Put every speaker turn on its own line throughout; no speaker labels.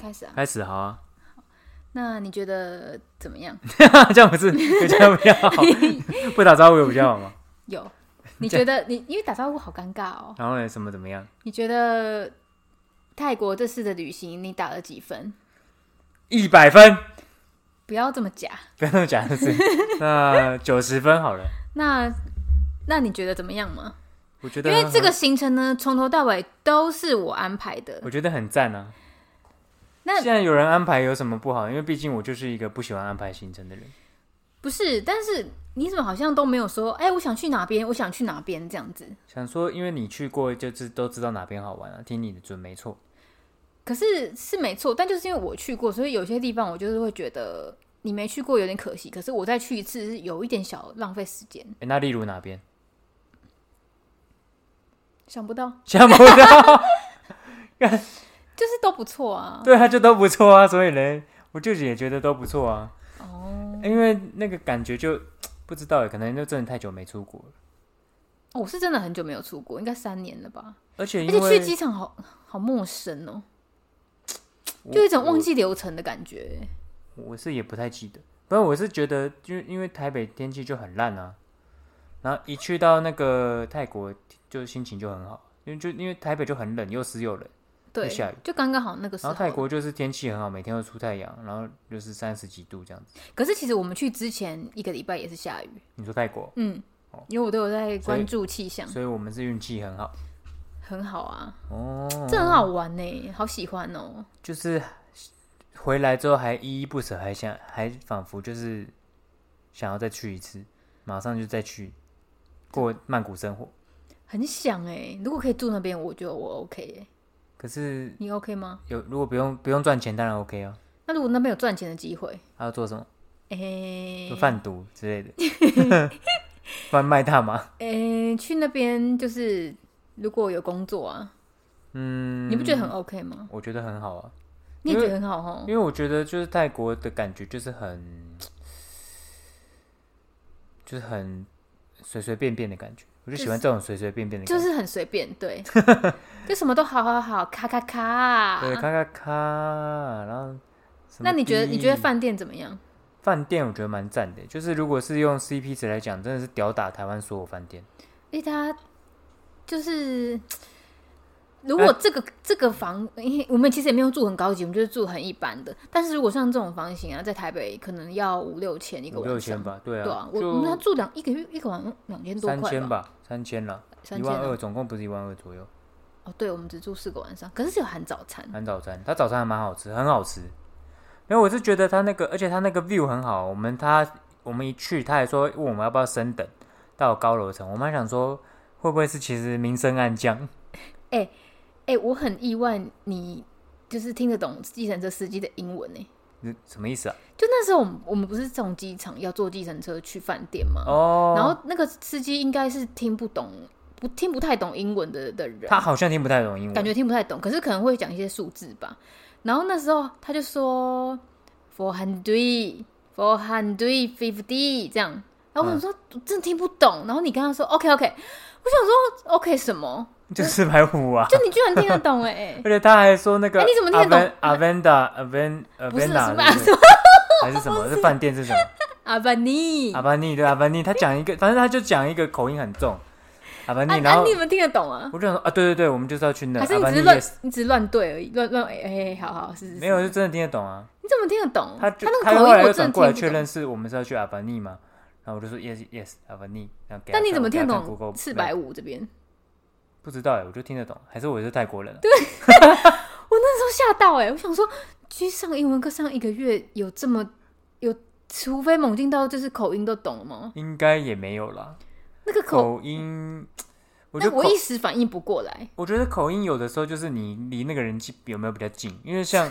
开始啊？
开始好啊，
那你觉得怎么样？
这样不是有这样比较 好，不打招呼有比较好吗？
有？你觉得你因为打招呼好尴尬哦。
然后呢，什么怎么样？
你觉得泰国这次的旅行你打了几分？
一百分，
不要这么假。
不要那么假 的是，那九十分好了。
那那你觉得怎么样吗？
我觉得
因为这
很
个，行程呢，从头到尾都是我安排的
我。觉得很赞啊。
那
现在有人安排有什么不好？因为毕竟我就是一个不喜欢安排行程的人。
不是，但是你怎么好像都没有说，哎、我想去哪边，我想去哪边这样子。
想说，因为你去过，就知都知道哪边好玩啊，听你的准没错。
可是是没错，但就是因为我去过，所以有些地方我就是会觉得你没去过有点可惜。可是我再去一次是有一点小浪费时间，
诶那例如哪 边？
想不到，
想不到，
就是都不错啊。
对啊，就都不错啊。所以呢，我就也觉得都不错啊，
哦，
因为那个感觉就不知道耶，可能就真的太久没出国了。
哦我是真的很久没有出国，应该三年了吧。
而且
而
因
且去
为
机场好好陌生哦，
我
就有一种忘记流程的感觉。
我，我是也不太记得。不然我是觉得，就因为台北天气就很烂啊，然后一去到那个泰国，就心情就很好，因为就因为台北就很冷，又湿又冷。
对
会下雨，
就刚刚好那个时
然
候。
后泰国就是天气很好，每天都出太阳，然后就是三十几度这样子。
可是其实我们去之前一个礼拜也是下雨，
你说泰国，
嗯，因为我都有在关注气象，
哦所以我们是运气很好
很好啊，
哦。
这很好玩呢、好喜欢哦、
就是回来之后还依依不舍，还想还仿佛就是想要再去一次，马上就再去过曼谷生活。
很想哎、如果可以住那边，我觉得我 OK 哎、
可是
你 OK 吗？
有如果不用不用赚钱，当然 OK 啊。
那如果那边有赚钱的机会，
还要做什么？
哎、欸、
贩毒之类的，贩卖大麻。
去那边就是如果有工作啊，
嗯，
你不觉得很 OK 吗？
我觉得很好啊。
你也觉得很好哦
因。为我觉得就是泰国的感觉就是很，就是很随随便便的感觉，我就喜欢这种随随便便的
就
感觉。
是很随便， 对，就什么都好好好，咔咔
对，
咔。
咔咔咔，然后什么
啊那你觉得
滴
你觉得饭店怎么样？
饭店我觉得蛮赞的，就是如果是用 CP 值来讲，真的是屌打台湾所有饭店。
因为它就是，如
啊
果这个、这个房，因为我们其实也没有住很高级，我们就是住很一般的。但是如果像这种房型啊，在台北可能要五六千一个
五
晚上，
六千吧，对
对啊
啊，，
我我们要
就
住两一个月一个晚上两千多
三
块
千吧，三千啦，
三
一
千
万
啊
二，总共不是一万二左右，
哦，对，我们只住四个晚上，可是只有含早餐，
含早餐，它早餐还蛮好吃，很好吃。因为我是觉得它那个，而且它那个 view 很好，我们他我们一去，他还说问我们要不要升等到高楼层，我们还想说会不会是其实明升暗降，
哎、我很意外你就是听得懂计程车司机的英文呢、
嗯什么意思啊？
就那时候我们我们不是从机场要坐计程车去饭店吗？
哦，
然后那个司机应该是听不懂，不听不太懂英文的的人，
他好像听不太懂英文，
感觉听不太懂，可是可能会讲一些数字吧。然后那时候他就说 four hundred four hundred fifty 这样，然后
嗯
我想说、我真的听不懂，然后你跟他说 OK OK，我想说 OK 什么？
就四百五啊。
就你居然听得懂哎、
而且他还说那个，
哎你怎么听得懂
？Avenda Aven
不是
Avenda
什么 什么
还是什么？是饭店是什么？
阿班尼，
阿
啊
凡尼对阿凡尼，他讲一个，反正他就讲一个口音很重，阿凡尼，然
啊
后
你们听得懂啊？
我就想说啊，对对对，我们就是要去那，
还是
阿
你
凡
只
尼
是乱
yes，
你只是乱对而已，乱乱哎哎，好好是是是，
没有，就真的听得懂啊。
你怎么听得懂？
他就
那个
他
口
后来
音
又
我真
转
的
过来
听
确
不懂。
认是我们是要去阿凡尼嘛，然后我就说 yes yes 阿凡尼，然后给他
但你
看
怎么
我给
听
啊他
得懂
看 Google
四
Map
百？五这边？
不知道哎，我就听得懂，还是我是泰国人啊？
我那时候吓到哎、欸，我想说去上英文课上一个月有这么有，除非猛进到就是口音都懂了吗？
应该也没有啦，
那个口，
口音，我觉
那
得口
我一时反应不过来。
我觉得口音有的时候就是你离那个人近有没有比较近，因为像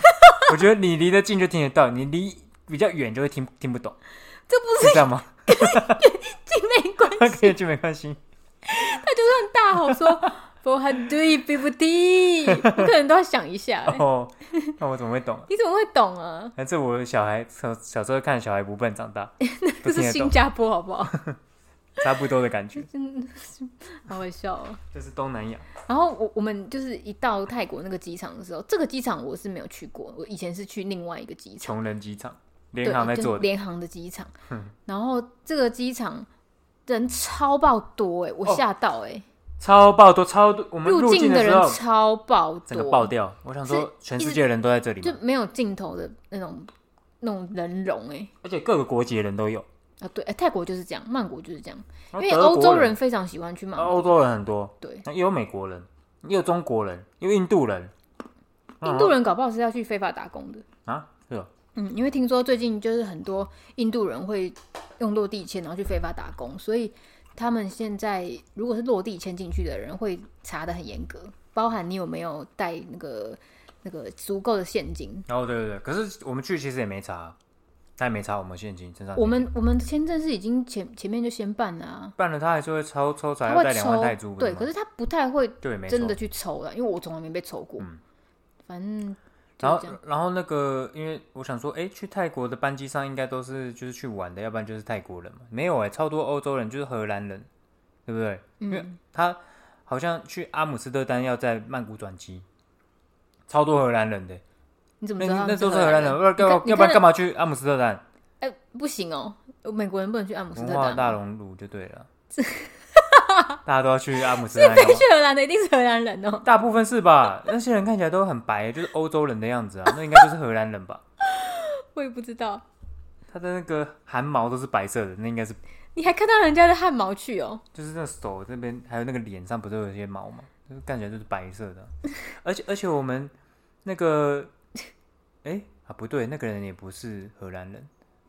我觉得你离得近就听得到，你离比较远就会听听不懂，
这不
是这样吗？
进没关
可以就没关系。
大吼说 f o r h u n d r e d fifty，我可能都要想一下、欸。
哦，那我怎么会懂？
你怎么会懂啊？
还是我小孩小小时候看小孩不笨长大，
这
都
是
听得
新
懂。
加坡好不好？
差不多的感觉，
好好笑哦。
这是东南亚。
然后我我们就是一到泰国那个机场的时候，这个机场我是没有去过，我以前是去另外一个机场，
穷人机场，
对
联航在
就是
做的，嗯
联航的机场。然后这个机场人超爆多哎、我
哦
吓到哎、
超爆多，超多。我们
入境
境
的
时
人
候，
超爆
整个
多，
爆掉。我想说，全世界的人都在这里
就
嘛，
没有尽头的那种那种人龙哎、
而且各个国籍的人都有，
啊对、哎泰国就是这样，曼谷就是这样，因
因
为欧洲人非常喜欢去曼谷，
欧洲人很多，
对，
也有美国人，也有中国人，也有印度人。
印度人搞不好是要去非法打工的。
啊，是哦，
嗯，因为听说最近就是很多印度人会用落地签，然后去非法打工，所以他们现在如果是落地签进去的人，会查的很严格，包含你有没有带那个那个足够的现金。
然后哦对对对，可是我们去其实也没查，他也没查我们现金身上。
我们我们的签证是已经前前面就先办了、啊，
办了，他还是会抽抽查，
他
要
会
带两万泰
抽
铢，。
对，可是他不太会
对，没错嗯
真。的去抽了，因为我从来没被抽过。反正
然
就是
后
这样，
然后那个，因为我想说，哎，去泰国的班机上应该都是就是去玩的，要不然就是泰国人嘛。没有哎、超多欧洲人，就是荷兰人，对不对？因为
嗯，
他好像去阿姆斯特丹要在曼谷转机，超多荷兰人的、
你怎么
那
知道他
那
们
那
是
都是
荷
荷兰
兰
人，
人？
要不然
你看
要不然
你看
干嘛去阿姆斯特丹？
哎、不行哦，美国人不能去阿姆斯
文
特
化
丹。
大熔炉就对了， 大家都要去阿姆斯特丹干嘛。
去荷兰的一定是荷兰人哦。
大部分是吧？那些人看起来都很白，就是欧洲人的样子啊， 那应该就是荷兰人吧？
我也不知道，
他的那个汗毛都是白色的，那应该是
你还看到人家的汗毛去哦？
就是那手这边还有那个脸上不是有一些毛吗？就是看起来就是白色的， 而且而且我们那个，哎、啊不对，那个人也不是荷兰人，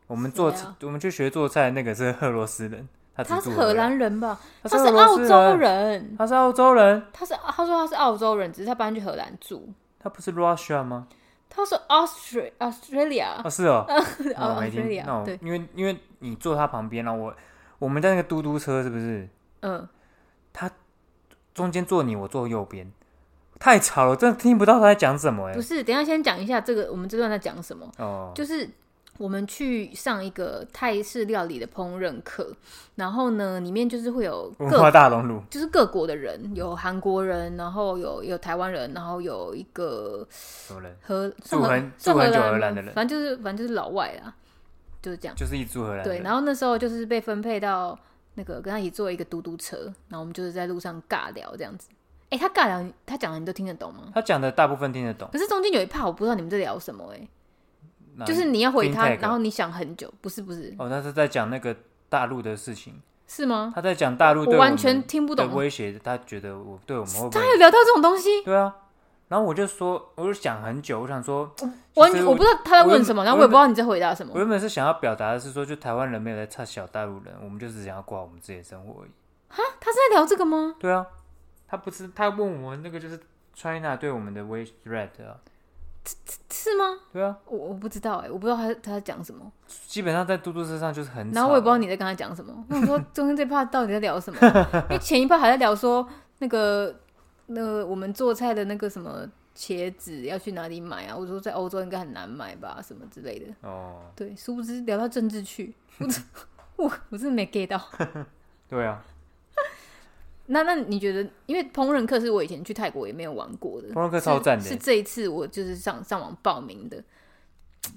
我们做、
谁啊
我们去学做菜的那个是俄罗斯人，他
他
他
是荷，兰人吧？
他
是
俄
澳
罗斯
洲，人，
他是澳洲人，
他是他说他是澳洲人，只是他搬去荷兰住。
他不是 Russia 吗？
他说 Austria Australia
啊是哦，那我没听，那
Australia
我
对，
因为因为你坐他旁边，然后啊我我们在那个嘟嘟车是不是？
嗯，
中间坐你，我坐右边，太吵了，我真的听不到他在讲什么哎、
不是，等一下先讲一下这个我们这段在讲什么，
哦，
就是。我们去上一个泰式料理的烹饪课，然后呢，里面就是会有
文
各
化大熔炉，
就是各国的人，有韩国人，然后有有台湾人，然后有一个
什么人？
荷
住很
是
住很久
荷
荷
兰
兰
吗
的人
反正就是反正就是老外啦，就是这样。
就是一株荷兰
对，
人，
然后那时候就是被分配到那个跟他一起坐一个嘟嘟车，然后我们就是在路上尬聊这样子。哎、他尬聊，他讲的你都听得懂吗？
他讲的大部分听得懂，
可是中间有一趴我不知道你们在聊什么、诶
那
就是你要回他，
啊 fintech
然后你想很久，不是不是
哦，他是在讲那个大陆的事情，
是吗？
他在讲大陆对
我
们
完全听不
的
懂，啊
威胁，他觉得我对我们会不
他
会？
有聊到这种东西，
对啊，然后我就说，我就想很久，我想说，
完全
其实
我不知道他在问什么，
我
然后我也不知道你在回答什
我
么。
原本是想要表达的是说，就台湾人没有在差小大陆人，我们就只想要过好我们自己的生活而已。
哈，他是在聊这个吗？
对啊，他不是他问我们那个就是 China 对我们的 wage threat 啊，
是吗？
对啊，
我我不知道哎、我不知道他他在讲什么，
基本上在嘟嘟车上就是很吵，
然后我也不知道你在跟他讲什么。我想说中间这趴到底在聊什么？ 因为前一趴还在聊说那个那个我们做菜的那个什么茄子要去哪里买啊？我说在欧洲应该很难买吧，什么之类的。
哦，
对，殊不知聊到政治去，我我我真的没 get 到。
对啊，
那那你觉得，因为烹饪课是我以前去泰国也没有玩过的，
烹饪课哦超赞的欸
是，是这一次我就是上上网报名的，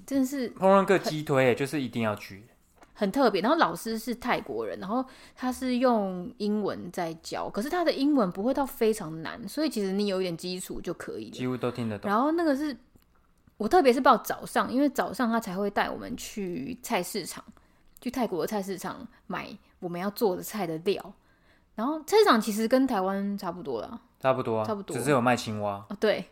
真的是
烹饪课鸡推耶就是一定要去，
很特别。然后老师是泰国人，然后他是用英文在教，可是他的英文不会到非常难，所以其实你有一点基础就可以了。
几乎都听得懂。
然后那个是我特别是报早上，因为早上他才会带我们去菜市场，去泰国的菜市场买我们要做的菜的料。然后菜市场其实跟台湾差不多啦，
差不多啊，
差不多
只是有卖青蛙，
哦，对，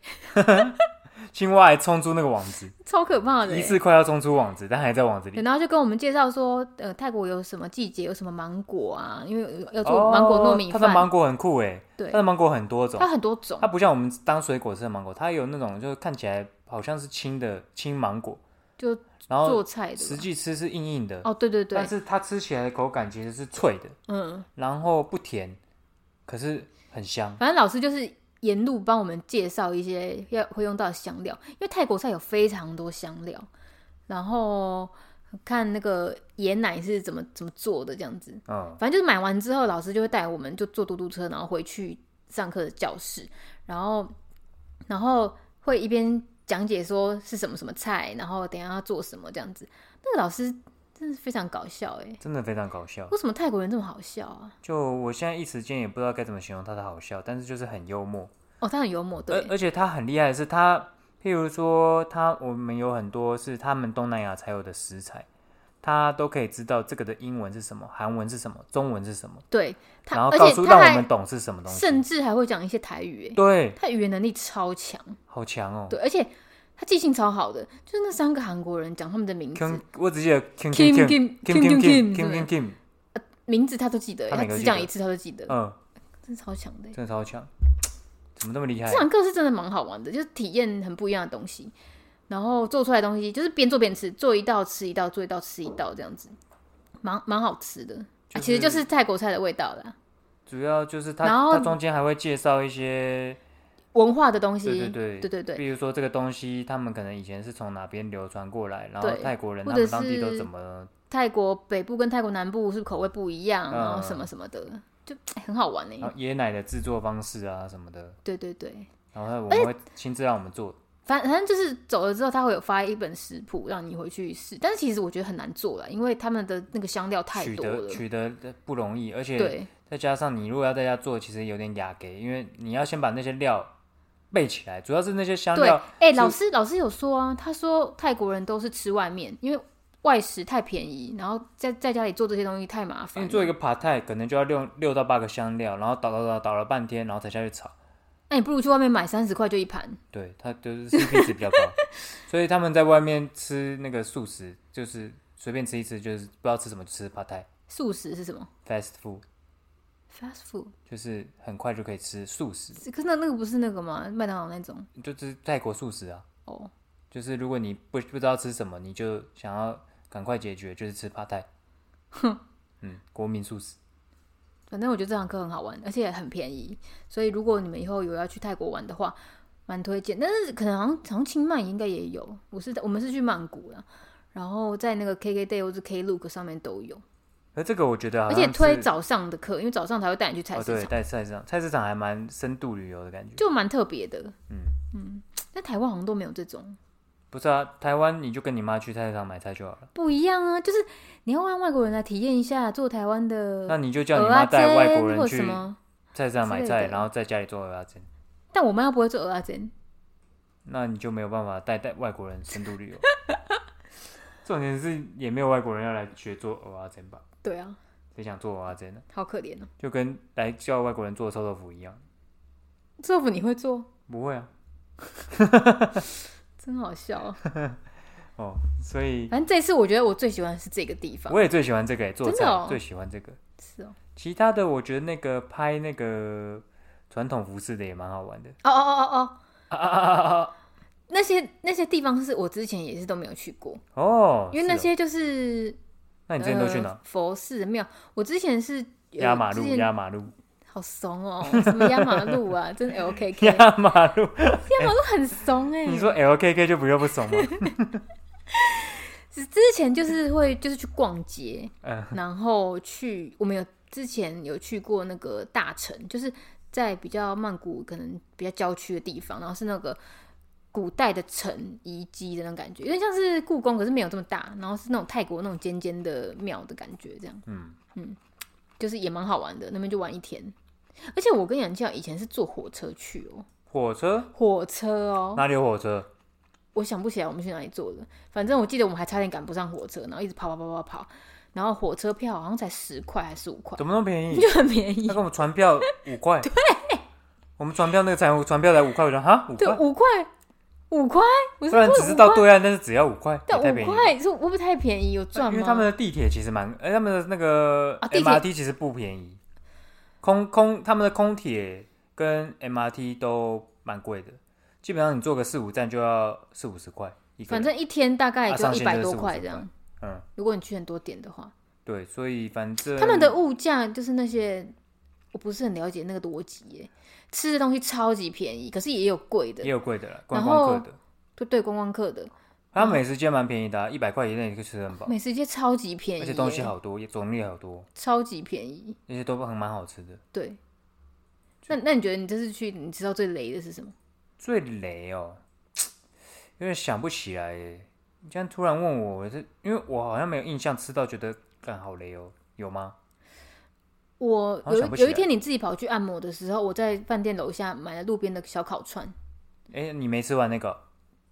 青蛙还冲出那个网子，
超可怕的欸，
疑似快要冲出网子，但还在网子
对，
里。
然后就跟我们介绍说，呃，泰国有什么季节有什么芒果啊，因为有要
哦
做芒果糯米
它
饭，
的芒果很酷哎，
对
它的芒果很多种
它，很多种
它，不像我们当水果吃的芒果，它有那种就是看起来好像是青的青芒果，
就
然后
做菜
实
的吧。
际吃是硬硬的，
哦，对对对
哦但，是它吃起来的口感其实是脆的，
嗯，
然后不甜，可是很香。
反正老师就是沿路帮我们介绍一些要会用到的香料，因为泰国菜有非常多香料，然后看那个椰奶是怎么怎么做的这样子。
嗯，
反正就是买完之后，老师就会带我们就坐嘟嘟车，然后回去上课的教室，然后然后会一边讲解说是什么什么菜，然后等一下要做什么这样子。那个老师真的是非常搞笑哎、
真的非常搞笑。
为什么泰国人这么好笑啊？
就我现在一时间也不知道该怎么形容他的好笑，但是就是很幽默。
哦，他很幽默，对
而，而且他很厉害的是他，譬如说他我们有很多是他们东南亚才有的食材，他都可以知道这个的英文是什么，韩文是什么，中文是什么，
对
然
他，
后
而
告
且
诉
他
让我们
还
懂是什么东西。
甚至还会讲一些台语哎、
对，
他语言能力超强，
好强哦、
对，而且他记性超好的，就是那三个韩国人讲他们的名
Kim，
字，
我只记得
Kim
Kim Kim
Kim
Kim
Kim Kim
Kim Kim Kim，
名字他都记得欸、
他
他
每个
只
记
讲
得
一次他都记得，
嗯，
真的超强的欸、
真的超强，怎么这么厉害
这？堂课是真的蛮好玩的，就是体验很不一样的东西，然后做出来的东西就是边做边吃，做一道吃一道，做一道吃一道这样子，蛮蛮好吃的、
就
啊，其实就是是泰国菜的味道啦，
主要就是他，
然后
他中间还会介绍一些，
文化的东西，
对对
对对对
比如说这个东西，他们可能以前是从哪边流传过来，然后
对
泰国人
或
他
者
们当地都
是
怎么，
泰国北部跟泰国南部是不是口味不一样，
嗯啊
然后什么什么的，就哎很好玩呢、
然后椰奶的制作方式啊什么的，
对对对，
然后我们会亲自让我们做，
反反正就是走了之后，他会有发一本食谱让你回去试，但是其实我觉得很难做了，因为他们的那个香料太
取
多
得
了。
取得的不容易，而且
对
再加上你如果要在家做，其实有点雅给，因为你要先把那些料备起来，主要是那些香
对，
料
哎、老师老师有说啊，他说泰国人都是吃外面，因为外食太便宜，然后在在家里做这些东西太麻
因
烦
为
了。
哎做一个 p 泰可能就要六六到八个香料，然后捣捣捣捣了半天，然后才下去炒。
哎那你不如去外面买三十块就一盘，
对，它就是 CP 值比较高，所以他们在外面吃那个素食，就是随便吃一吃，就是不知道吃什么就吃 p 泰
素食是什么
fast food，
？fast food？
就是很快就可以吃素食，
可是那那个不是那个吗？麦当劳那种
就是泰国素食啊。
哦。
就是如果你不不知道吃什么，你就想要赶快解决，就是吃 p 泰。哼，嗯，国民素食。
反正我觉得这堂课很好玩，而且很便宜，所以如果你们以后有要去泰国玩的话，蛮推荐。但是可能好像好像清迈应该也有，我是我们是去曼谷啦，然后在那个 KKday 或是 Klook 上面都有，
而这个我觉得好
而
像
且推
是
早上的课，因为早上才会带你去菜
哦，
市场
对，，在菜市场，菜市场还蛮深度旅游的感觉。
就蛮特别的。
嗯
但台湾好像都没有这种，
不是啊，台湾你就跟你妈去菜市场买菜就好了。
不一样啊，就是你要让外国人来体验一下做台湾的
那你就叫你
蚵
妈
仔
带外国
煎
人
或什
去
么，
菜市场买
之类
菜，
的
然后在家里做蚵仔煎，
但我妈又不会做蚵仔煎，
那你就没有办法带带外国人深度旅游。 重点是也没有外国人要来学做蚵仔煎吧？
对啊，
谁想做蚵仔煎呢？
好可怜哦。
就跟来叫外国人做臭豆腐一样，
豆腐你会做，
不会啊。
真好笑哦、
哦，所以
反正这次我觉得我最喜欢的是这个地方，
我也最喜欢这个、欸、做
真
菜，
的哦
最喜欢这个。
是哦，
其他的我觉得那个拍那个传统服饰的也蛮好玩的。
哦哦哦哦哦，
啊啊啊啊啊！
那些那些地方是我之前也是都没有去过，
哦，
因为那
是哦，
些就是、
那你之前都去哪
呃？佛寺庙，我之前是有
压马路
之，前
压马路，
好怂哦、什么压马路啊，真的 LKK，
压马路。
压马路很怂哎、
你说 LKK 就不用不怂 吗？
之之前就是会就是去逛街，
嗯
然后去我们有之前有去过那个大城，就是在比较曼谷可能比较郊区的地方，然后是那个古代的城遗迹的那种感觉，有点像是故宫，可是没有这么大，然后是那种泰国那种尖尖的庙的感觉，这样
嗯，
就是也蛮好玩的，那边就玩一天。而且我跟杨教以前是坐火车去哦、
火车
火车哦、
哪里有火车？
我想不起来我们去哪里坐的，反正我记得我们还差点赶不上火车，然后一直跑跑跑跑跑，然后火车票好像才十块还是五块，
怎么那 么便宜？
就很便宜
他，跟我们 船票五块。对，我们船票那个才船票才五块，我说哈五
对，
块，
五块，五块，我
虽然只
是
是到对岸，但是只要五块，也
但五
太便宜了。
块是会不太便宜，有赚吗？
因为他们的地铁其实蛮，哎、他们的那个
啊地铁
MRT 其实不便宜，空空他们的空铁跟 MRT 都蛮贵的，基本上你坐个四五站就要四五十块一个
反
人。
正一天大概
啊
就
上
一
线
百
就
多
是45
块这样。
块嗯，
如果你去很多点的话，
对，所以反正
他们的物价就是那些，我不是很了解那个逻辑耶。吃的东西超级便宜，可是也有贵的
也，有贵的了，观
然
光
后嗯
客的，
就对观光客的。
它美食街蛮便宜的、啊，一百块以内你可以吃得很饱，
美食街超级便宜，
哦而且东西，好多，也种类好多，
超级便宜。
那些都很蛮好吃的。
对，那那你觉得你这次去，你知道最雷的是什么？
最雷哦，有点想不起来耶。你这样突然问我，我是因为我好像没有印象吃到觉得干好雷哦，有吗？
我
好像
有
想不
一有
起
一
来
天你自己跑去按摩的时候，我在饭店楼下买了路边的小烤串，
哎、你没吃完那个？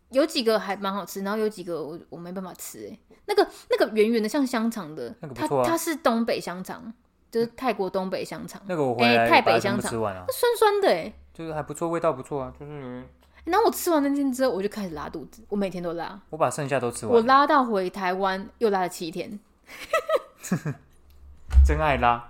有几个还蛮好吃，然后有几个我我没办法吃、欸。那个那个圆圆的像香肠的，
那个不
它
错啊
它是东北香肠，就是泰国东北香肠，
那个我回
哎
来
太
把它
北
全
香
部
肠
吃完啊，
酸酸的哎、
就是还不错，味道不错啊，就是有点
然后我吃完那天之后，我就开始拉肚子，我每天都拉，
我把剩下都吃
我
完了，
拉到回台湾又拉了七天。
真爱 拉，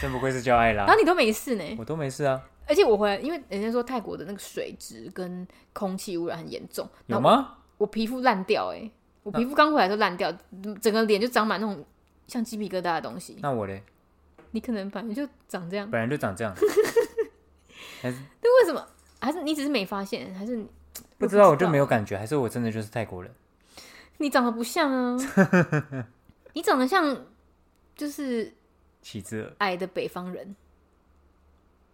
真不愧是叫爱拉
然，后你都没事呢，
我都没事啊，
而且我回来，因为人家说泰国的那个水质跟空气污染很严重，
有
然后
吗？
我？我皮肤烂掉哎、我
嗯
皮肤刚回来就烂掉，整个脸就长满那种像鸡皮疙瘩的东西。
那我嘞，
你可能反正就长这样，
本来就长 这样，
那为什么？还是你只是没发现？还是你
不知道我就没有感觉，还是我真的就是泰国人？
你长得不像啊？你长得像就是
起子了，
矮的北方人，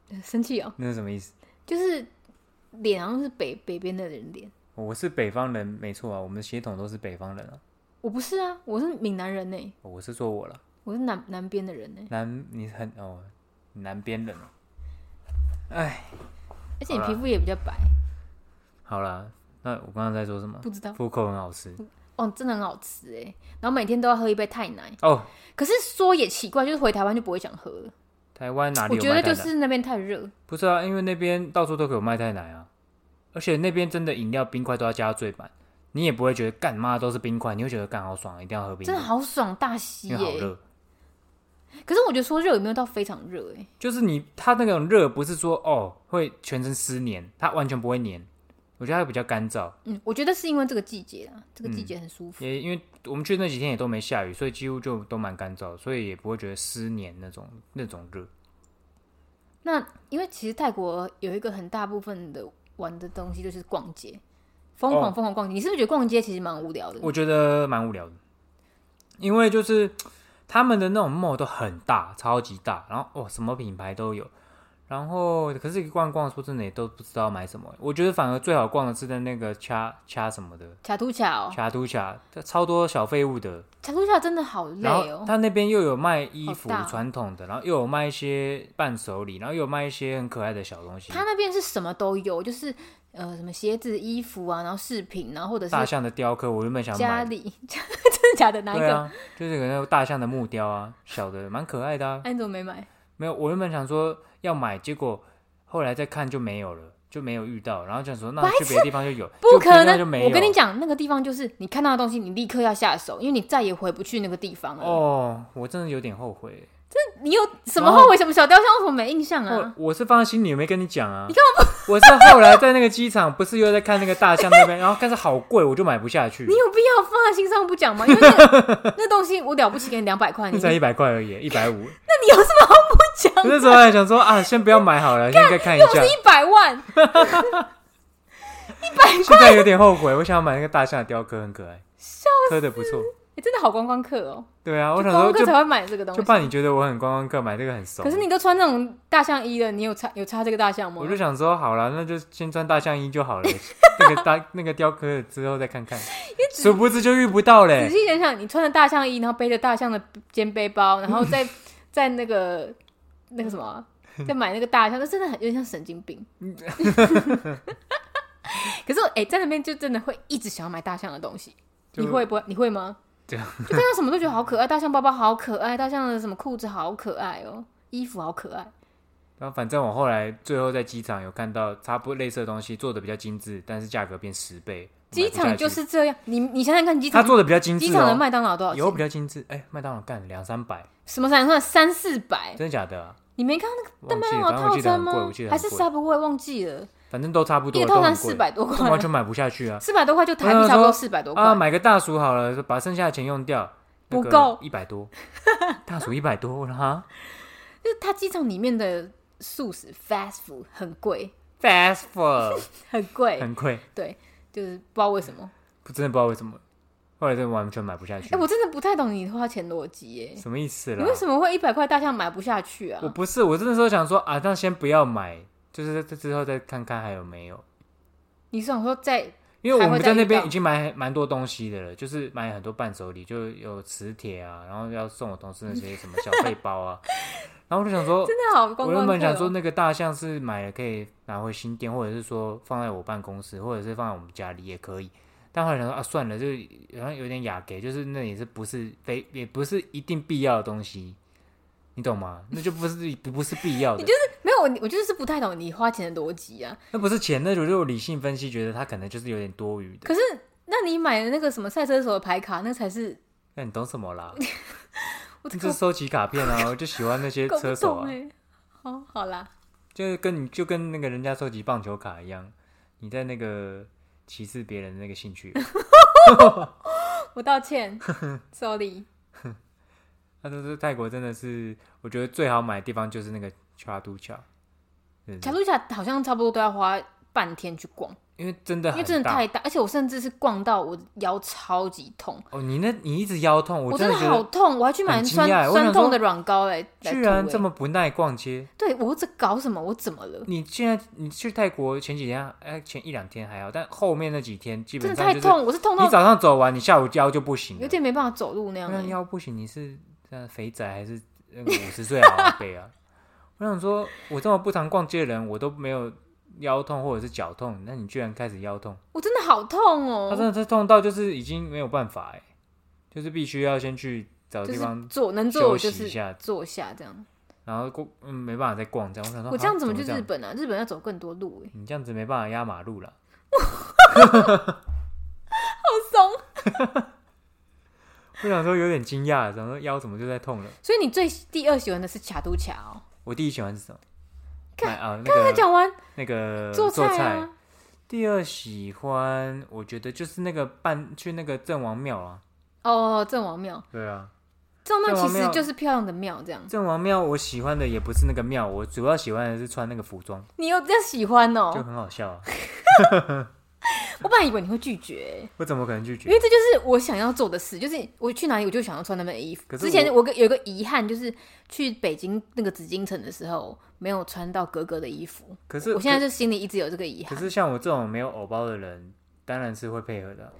呃生气哦，
那是什么意思？
就是脸好像是北北边的人脸。
我是北方人，没错啊，我们的血统都是北方人啊。
我不是啊，我是闽南人呢、
我是说我了，
我是南南边的人欸呢、
南你很哦，你南边人哦。
而且你
好啦
皮肤也比较白，
好啦，那我刚刚在说什么？
不知道
富口很好吃
哦，真的很好吃哎、然后每天都要喝一杯泰奶，
哦。
可是说也奇怪，就是回台湾就不会想喝了。
台湾哪里
我
有
觉
卖
得
太
就
奶？
是那边太热，
不是啊，因为那边到处都可以有卖太奶啊，而且那边真的饮料冰块都要加到最满，你也不会觉得干妈都是冰块，你会觉得干好爽，一定要喝冰
真
块
的，好爽大吸
因为
耶、
好热。
可是我觉得说热有没有到非常热哎、
就是你它那种热不是说哦会全身湿黏，它完全不会黏，我觉得它比较干燥，
嗯，我觉得是因为这个季节啊，这个季节很舒服。
也因为我们去那几天也都没下雨，所以几乎就都蛮干燥，所以也不会觉得湿黏那种那种热。
那因为其实泰国有一个很大部分的玩的东西就是逛街，疯狂
哦
疯狂逛街。你是不是觉得逛街其实蛮无聊的？
我觉得蛮无聊的，因为就是他们的那种 mall 都很大，超级大，然后哦什么品牌都有，然后可是逛逛说真的也都不知道买什么。我觉得反而最好逛的是在那个掐掐什么的
卡图卡哦，
掐都卡，它超多小废物的。
卡图卡真的好累
然后
哦。
他那边又有卖衣服
好大哦
传统的，然后又有卖一些伴手礼，然后又有卖一些很可爱的小东西，
他那边是什么都有，就是呃什么鞋子、衣服啊，然后饰品，然后或者
大
是
象的雕刻，我原本想
家
买。
里， 真的假的？哪一
对
个？
啊，就是有那个大象的木雕啊，小的蛮可爱的啊。
哎，你怎么没买？
没有，我原本想说要买，结果后来再看就没有了，就没有遇到。然后想说那去别的地方就有，
不
就
可
偏偏就
能！
没有。
我跟你讲，那个地方就是你看到的东西，你立刻要下手，因为你再也回不去那个地方了。
哦，我真的有点后悔。
你有什么
然后
后悔？什么小雕像？为什么没印象
后
啊？
哦我是放在心里，没跟你讲啊。你看我，我是后来在那个机场，不是又在看那个大象那边，然后 但是好贵，我就买不下去。
你有必要放在心上不讲吗？因为那 那东西我了不起给你两百块，你
才
那
一百块而已，一百五。
你有什么好 不讲？
我那时候还想说啊，先不要买好了，先再看一下。
一百万，
现在有点后悔，我想要买那个大象的雕刻，很可爱，刻的不错。
你哎真的好观光客哦！
对啊，我
就
想
观
说
光客
就
才会买这个东
就
西。
怕你觉得我很观光客，买这个很怂。
可是你都穿那种大象衣了，你有擦有擦这个大象吗
我？就想说，好了，那就先穿大象衣就 好了。那个大那个雕刻的之后再看看，殊不知就遇不到
仔
嘞。
细想想，你穿着大象衣，然后背着大象的肩背包，然后 再在那个那个什么啊，再买那个大象，那真的很有点像神经病。 可是我哎、在那边就真的会一直想要买大象的东西，
就
你会不会？你会吗？
这
就
样
看到什么都觉得好可爱，大象包包好可爱，大象的什么裤子好可爱哦，衣服好可爱。
然后反正我后来最后在机场有看到差不多类似的东西，做的比较精致，但是价格变十倍。
机
买
场
不下去
就是这样，你你想想看，机
他
场
做的比较精致、哦，
机场的麦当劳多少
有比
钱？
较精致。哎、麦当劳干两三百，
什么三算三四百？
真的假的啊、
你没看到那
忘
个麦
记了，
当劳
反正我
套
记得
餐
很贵，
吗
我记？得
还是
很贵，
Subway 忘记了？
反正都差不
一
多，
个套
都
餐
很
四
贵，
百多
根本完
块，
全买不 下去啊。
四百多块就台币差不多四百多块。
啊，买个大薯好了，把剩下的钱用掉，
不够
一百多，大薯一百多哈
就是它机场里面的素食 fast food 很贵，
，fast food
很贵，
很贵。
对，就是不知道为什么。
不真的不知道为什么，后来真的完全买不下去。
哎、我真的不太懂你花钱逻辑耶，
什么意思
你
啦？
为什么会一百块大象买不下去啊
我？不是，我真的时候想说啊，那先不要买，就是这之后再看看还有没有，
你是想说在
因为我
还会
们
再
在那
遇
边
到
已经买蛮多东西的了，就是买很多伴手礼，就有磁铁啊，然后要送我同事那些什么小背包 啊，然后我就想说，
真的好观光
我原
客、
本想说
哦？
那个大象是买了可以拿回新店，或者是说放在我办公室，或者是放在我们家里也可以。但后来想说啊，算了，就好像有点雅给，就是那也是不是非也不是一定必要的东西，你懂吗？那就不是不不是必要的，
没有，我我就是不太懂你花钱的逻辑啊。
那不是钱，那就是我理性分析觉得它可能就是有点多余的。
可是，那你买的那个什么赛车手的牌卡，那才是
那哎你懂什么 啦？
我
你就是收集卡片啊，我就喜欢那些
搞
车
不
手
懂
啊
哎、，哦，好啦，
就是跟你就跟那个人家收集棒球卡一样，你在那个歧视别人的那个兴趣。
我道 歉
嗯
，sorry。
那这是泰国真的是，我觉得最好买的地方就是那个恰都恰，嗯
卡路卡好像差不多都要花半天去逛，
因为真的
因
很
为真的
大
太大，而且我甚至是逛到我腰超级痛，
哦，你那你一直腰痛，
我
真
的
的觉
好
得
痛，我还去买
很惊
酸
讶欸我
酸
想
痛
说
的软膏哎、来
居
涂
然
欸
这么不耐逛街。
对我这搞什么？我怎么了？
你现在你去泰国前几天，哎，前一两天还好，但后面那几天基
真的
本上
太
就是
痛，我是痛
你
到
早上走完，你下午腰就不行了，
有点没办法走路那样、
那
欸。
腰不行，你是呃肥仔还是那个五十岁的老辈啊？ 我想说，我这么不常逛街的人，我都没有腰痛或者是脚痛，那你居然开始腰痛？
我真的好痛
他真
哦、
的是痛到就是已经没有办法哎，就是必须要先去找
就
地
是
方，
坐能坐我
休
就
息一
是
下
坐下这样。
然后逛嗯没办法再逛这样。我想说，
我这
啊
样怎
怎
么去
这
日
样？
本啊？日本要走更多路哎、
你这样子没办法压马路 了。
好松。
我想说有点惊讶，想说腰怎么就在痛了？
所以你最第二喜欢的是卡都卡哦、
我第一喜欢是什么？
看
买啊，那
刚才
个
讲完
那个
做
做
菜
菜
啊，，
第二喜欢我觉得就是那个办去那个郑王庙啊。
哦，郑王庙，
对啊，
郑王
郑
庙
王
其实
庙
就是漂亮的庙这样。
郑王庙我喜欢的也不是那个庙，我主要喜欢的是穿那个服装，
你又这样喜欢哦、
就很好笑啊。
我本来以为你会拒绝、
我怎么可能拒
因
绝？
为这就是我想要做的事，就是我去哪里我就想要穿那件衣服。
可是
之前我个有一个遗憾，就是去北京那个紫禁城的时候没有穿到格格的衣服，
可是
我现在就心里一直有这个遗
可
憾。
是像我这种没有偶包的人，当然是会配合的啊。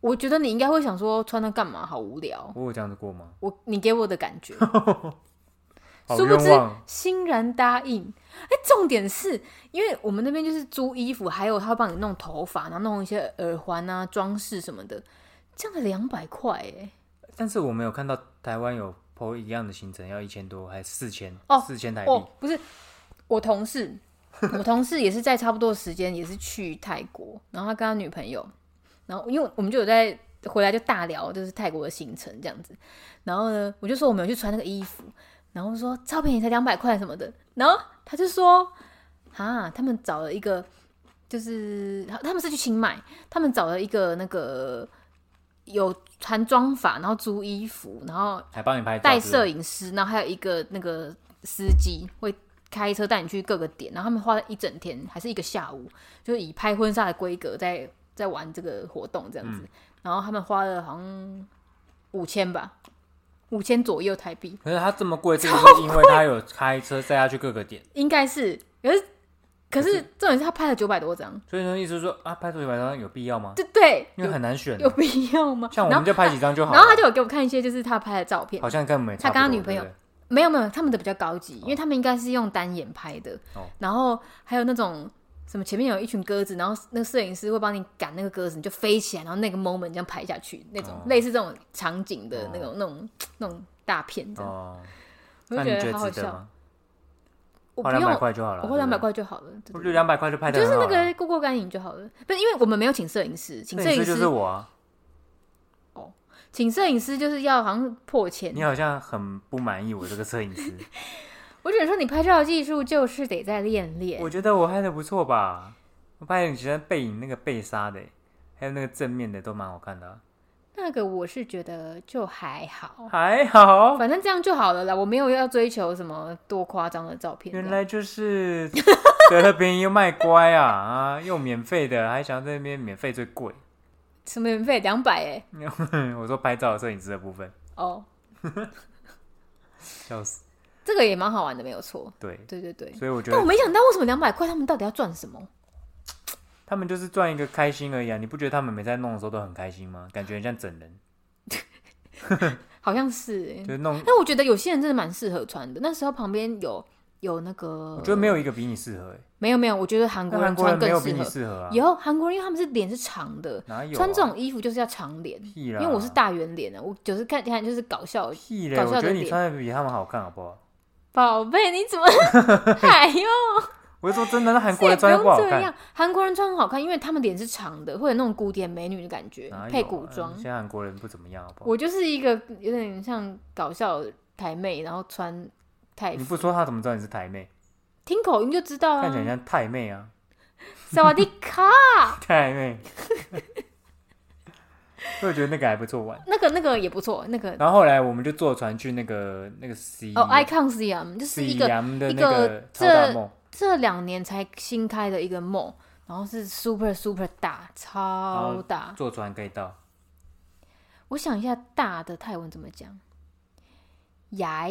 我觉得你应该会想说穿它干嘛，好无聊。
我有这样子过吗？
我你给我的感觉，
好
殊不
冤
知
枉！
欣然答应。哎、重点是因为我们那边就是租衣服，还有他会帮你弄头发，然后弄一些耳环啊、装饰什么的，这样的两百块哎。
但是我没有看到台湾有 PO 一样的行程，要一千多还是四千？
哦
四千台币。
哦，不是，我同事，我同事也是在差不多时间，也是去泰国，然后他跟他女朋友，然后因为我们就有在回来就大聊，就是泰国的行程这样子。然后呢，我就说我们有去穿那个衣服，然后说超便宜，才两百块什么的。然后他就说啊，他们找了一个，就是他他们是去清迈，他们找了一个那个有穿装法，然后租衣服，然后
还帮你拍照
带
是不是
摄影师，然后还有一个那个司机会开车带你去各个点，然后他们花了一整天还是一个下午，就以拍婚纱的规格在在玩这个活动这
嗯
样子，然后他们花了好像五千吧，五千左右台币，
可是它这么贵，这个是因为它有开车载它去各个点，
应该是，可是可是重点是他拍了九百多张，
所以说意思是说啊，拍出一百张有必要吗？
对对，
因为很难选啊、
有必要吗？
像我
然
们
后
就拍几张就好了。
然后他就有给我看一些就是他拍的照片，
好像跟我们也
他
差不
跟他
多
女朋友
对不对
没有没有，他们的比较高级，因为他们应该是用单眼拍的，
哦
然后还有那种什么前面有一群鸽子，然后那个摄影师会帮你赶那个鸽子，你就飞起来，然后那个 moment 这样拍下去，那种、
哦
类似这种场景的那种、
哦
那种那种大片这样，
哦，
我
那
就
你
觉得好好
值得
笑。
吗？
我不
花两百
用，
块就好了，
我花两百
对不对，
块就好了，对对
我觉得
对
两百块就拍的
就是那个过过干瘾就好了。不是因为我们没有请摄影师，请摄
摄
影
影师
师
就是我啊，
请摄影师就是要好像破千
你。好像很不满意我这个摄 影师，
我只能说你拍照技术就是得再练练。
我觉得我拍的不错吧，我拍你其他背影那个背杀的，还有那个正面的都蛮好看的啊，
那个我是觉得就还好，
还好，
哦反正这样就好了啦。我没有要追求什么多夸张的照片。
原来就是得了便宜又卖乖啊啊，又免费的，还想要在那边免费最贵，
什么免费两百哎，
我说拍照的摄影师的部分，
哦，
笑死。
这个也蛮好玩的，没有错。
对，
对对对，
所以我觉
但我
得
没想到为什么两百块他们到底要赚什么？
他们就是赚一个开心而已啊！你不觉得他们每在弄的时候都很开心吗？感觉很像整人，
好像是哎、
就是弄。
但我觉得有些人真的蛮适合穿的。那时候旁边有有那个，
我觉得没有一个比你适合、欸，
没有没有，我觉得韩
那
国
韩
人
国
穿
人没
更
有
适
比你
合。
适合啊，
有韩国人，因为他们是脸是长的，
哪有啊啊
穿这种衣服就是要长脸。
屁
因
啦？
为我是大圆脸的，啊我就是看起来就是搞笑而已。
屁嘞，
搞
我
笑的
觉得你
脸
穿的比他们好看，好不好？
宝贝，你怎么？ 哎呦，
我是说真的，那韩
这
国
也
人
啊不
穿
用
的不好
这
看
样，。韩国人穿很好看，因为他们脸是长的，会有那种古典美女的感觉，
哪有啊
配古装。
现在韩国人不怎么样，好不好？
我就是一个有点像搞笑台妹，然后穿泰
你
服，
不说他怎么知道你是台妹？
听口音就知道
看起来
啊。
像太妹 啊，
萨瓦迪卡，
太妹。 所以我觉得那个还不错玩。
那个那个也不错，那 个
然后后来我们就坐船去那个那个 C
哦，Icon CM 就是一个
CM 的
一
那
个
个超大
这
梦，
这两年才新开的一个 mall，然后是 super super 大，超大。
坐船可以到。
我想一下，大的泰文怎么讲？牙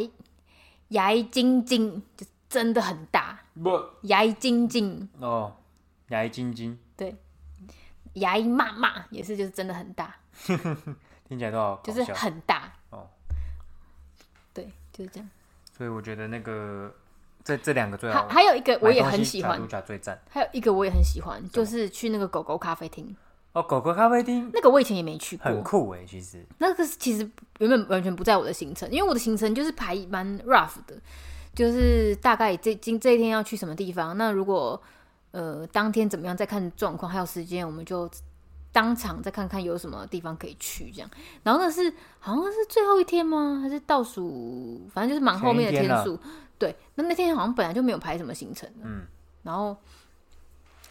牙晶晶，就真的很大，
不
牙晶晶，
哦，牙医晶晶
牙骂骂也是，就是真的很大，
听起来都好搞
就是
笑
很大。
哦。
对，就是这样。
所以我觉得那个这这两个最好
还
玩。
还有一个我也
啊买东
很
西
喜
小
欢
猪，脚最赞
还有一个我也很喜欢，就是去那个狗狗咖啡厅，
哦，狗狗咖啡厅
那个我以前也没去过，
很酷哎，其实
那个是其实原本完全不在我的行程，因为我的行程就是排蛮 rough 的，就是大概这今这一天要去什么地方。那如果呃当天怎么样，再看状况还有时间，我们就当场再看看有什么地方可以去这样。然后那是好像是最后一天吗？还是倒数？反正就是蛮后面的
前一天啊
天数。对，那那天好像本来就没有排什么行程的，
嗯，
然后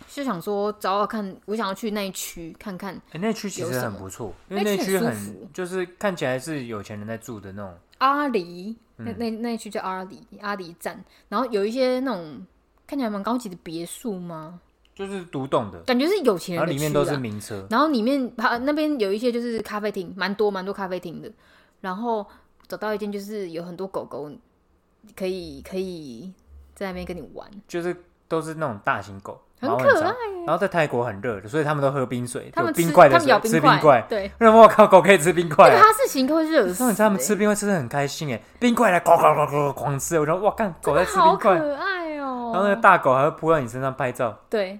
就想说找找看，我想要去那一区看看。
诶那区其
有
实
什
很
么
不错，因为
那
那
区
区
很舒服
很就是看起来是有钱人在住的那种，
阿里，
嗯
那那那一区叫阿里阿里站，然后有一些那种看起来蛮高级的别墅吗？
就是独栋的，
感觉是有钱人
然后
的
里面
区
都是
啊。
名车，
然后里面它那边有一些就是咖啡厅，蛮多蛮多咖啡厅的。然后找到一间就是有很多狗狗可以可以在那边跟你玩，
就是都是那种大型狗，
很
毛
可
长
爱
然后在泰国很热的，所以他们都喝冰水，
他们
有
吃
冰块
他
的
们
时
咬
候吃冰
块啊
块，，
对，
为什么靠狗可以吃冰块
那个？哈士奇应该会热死、
上次他们
欸
吃冰块吃的很开心哎，冰块来哐哐哐哐狂吃，我说哇，干狗在吃
好
冰块，
可爱哦、
然后那个大狗还会扑到你身上拍照，
对，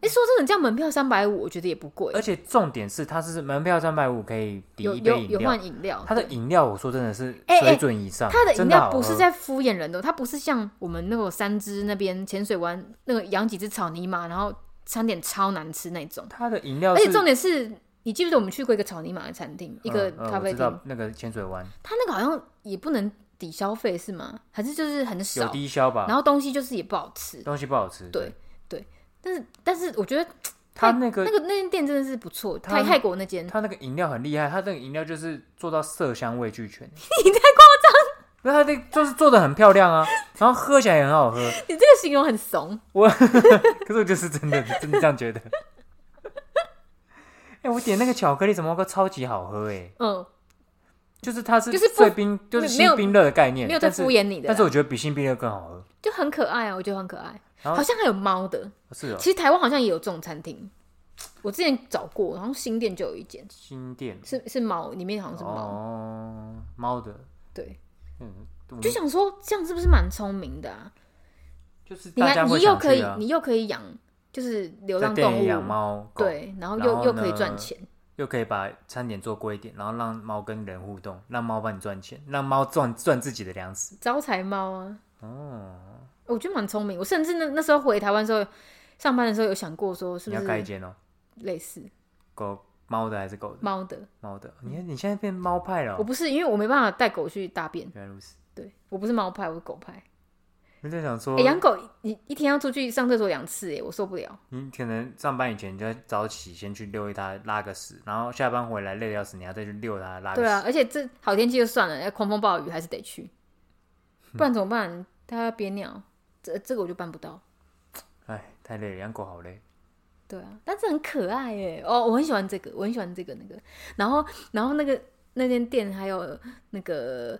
哎、说真的，这样门票三百五，我觉得也不贵
而，且重点是它是门票三百五可以抵
有
一杯
有
饮
有
料，
换饮料，
它的饮料我说真的是
哎哎
水准以上，
它的饮
真的
料
好嗯
不是
喝
在敷衍人的，它不是像我们那个三只那边潜水湾那个养几只草泥马，然后餐点超难吃那种。
它的饮料
而
是，嗯
且重点是，你记不记得我们去过一个草泥马的餐厅，一个
嗯嗯我
咖啡
知
厅，
道那个浅水湾
它那个好像也不能抵消费是吗？还是就是很
有啊
少，
低消吧
然，后东西就是也不好吃。
东西不好吃，
对，但是但是我觉得泰
它那个
那个那间店真的是不错，
它
泰泰国那间
它那个饮料很厉害，它那个饮料就是做到色香味俱全。
你
太夸张！那它这就是做的很漂亮啊，然后喝起来也很好 喝。
你这个形容很怂，
可是我就是真的真的这样觉得。 哎、我点那个巧克力怎么个超级好喝哎、
嗯，
就是它是
就是不
碎冰，就是
没有
新冰乐的概念，
没有在
但
敷
是
衍你的
但是我
啦，
觉得比新冰乐更好喝。哦
就很可爱啊，我觉得很可爱，
然后
好像还有猫的。
是哦，
其实台湾好像也有这种餐厅，我之前找过，然后新店就有一间，
新店
是是猫，里面好像是猫。
哦，猫的，
对，
嗯，
我就想说这样是不是蛮聪明的啊？
就是
你
大家
看，
会
你又
想
可
去
以
啊，，
你又可以养，就是流
在
浪
店
动
里养
物，
猫狗，，
对，然后
然
又
后
又可以
呢
赚钱，
又可以把餐点做贵一点，然后让猫跟人互动，让猫帮你赚钱，让猫赚赚自己的粮食。
招财猫啊，
哦，
我觉得蛮聪明。我甚至那那时候回台湾的时候，上班的时候有想过说是
你
不
要开一
是
间哦，
类似
狗猫的还是狗的？
猫的？
猫的，你看你现在变猫派了、
我
哦，
不是，因为我没办法带狗去大便，
原来如此。
对我不是猫派，我是狗派。
我在想说
哎，，养狗你一天要出去上厕所两次，哎，我受不了。
你嗯可能上班以前就早起先去遛它拉个屎，然后下班回来累得要死，你还再去遛它拉个
对
屎。
啊，而且这好天气就算了，要狂风暴雨还是得去，不然怎么办？它要憋尿，这这个我就办不到。
哎，太累了，养狗好累。
对啊，但是很可爱耶！哦，我很喜欢这个，我很喜欢这个那个。然后，然后那个那间店还有那个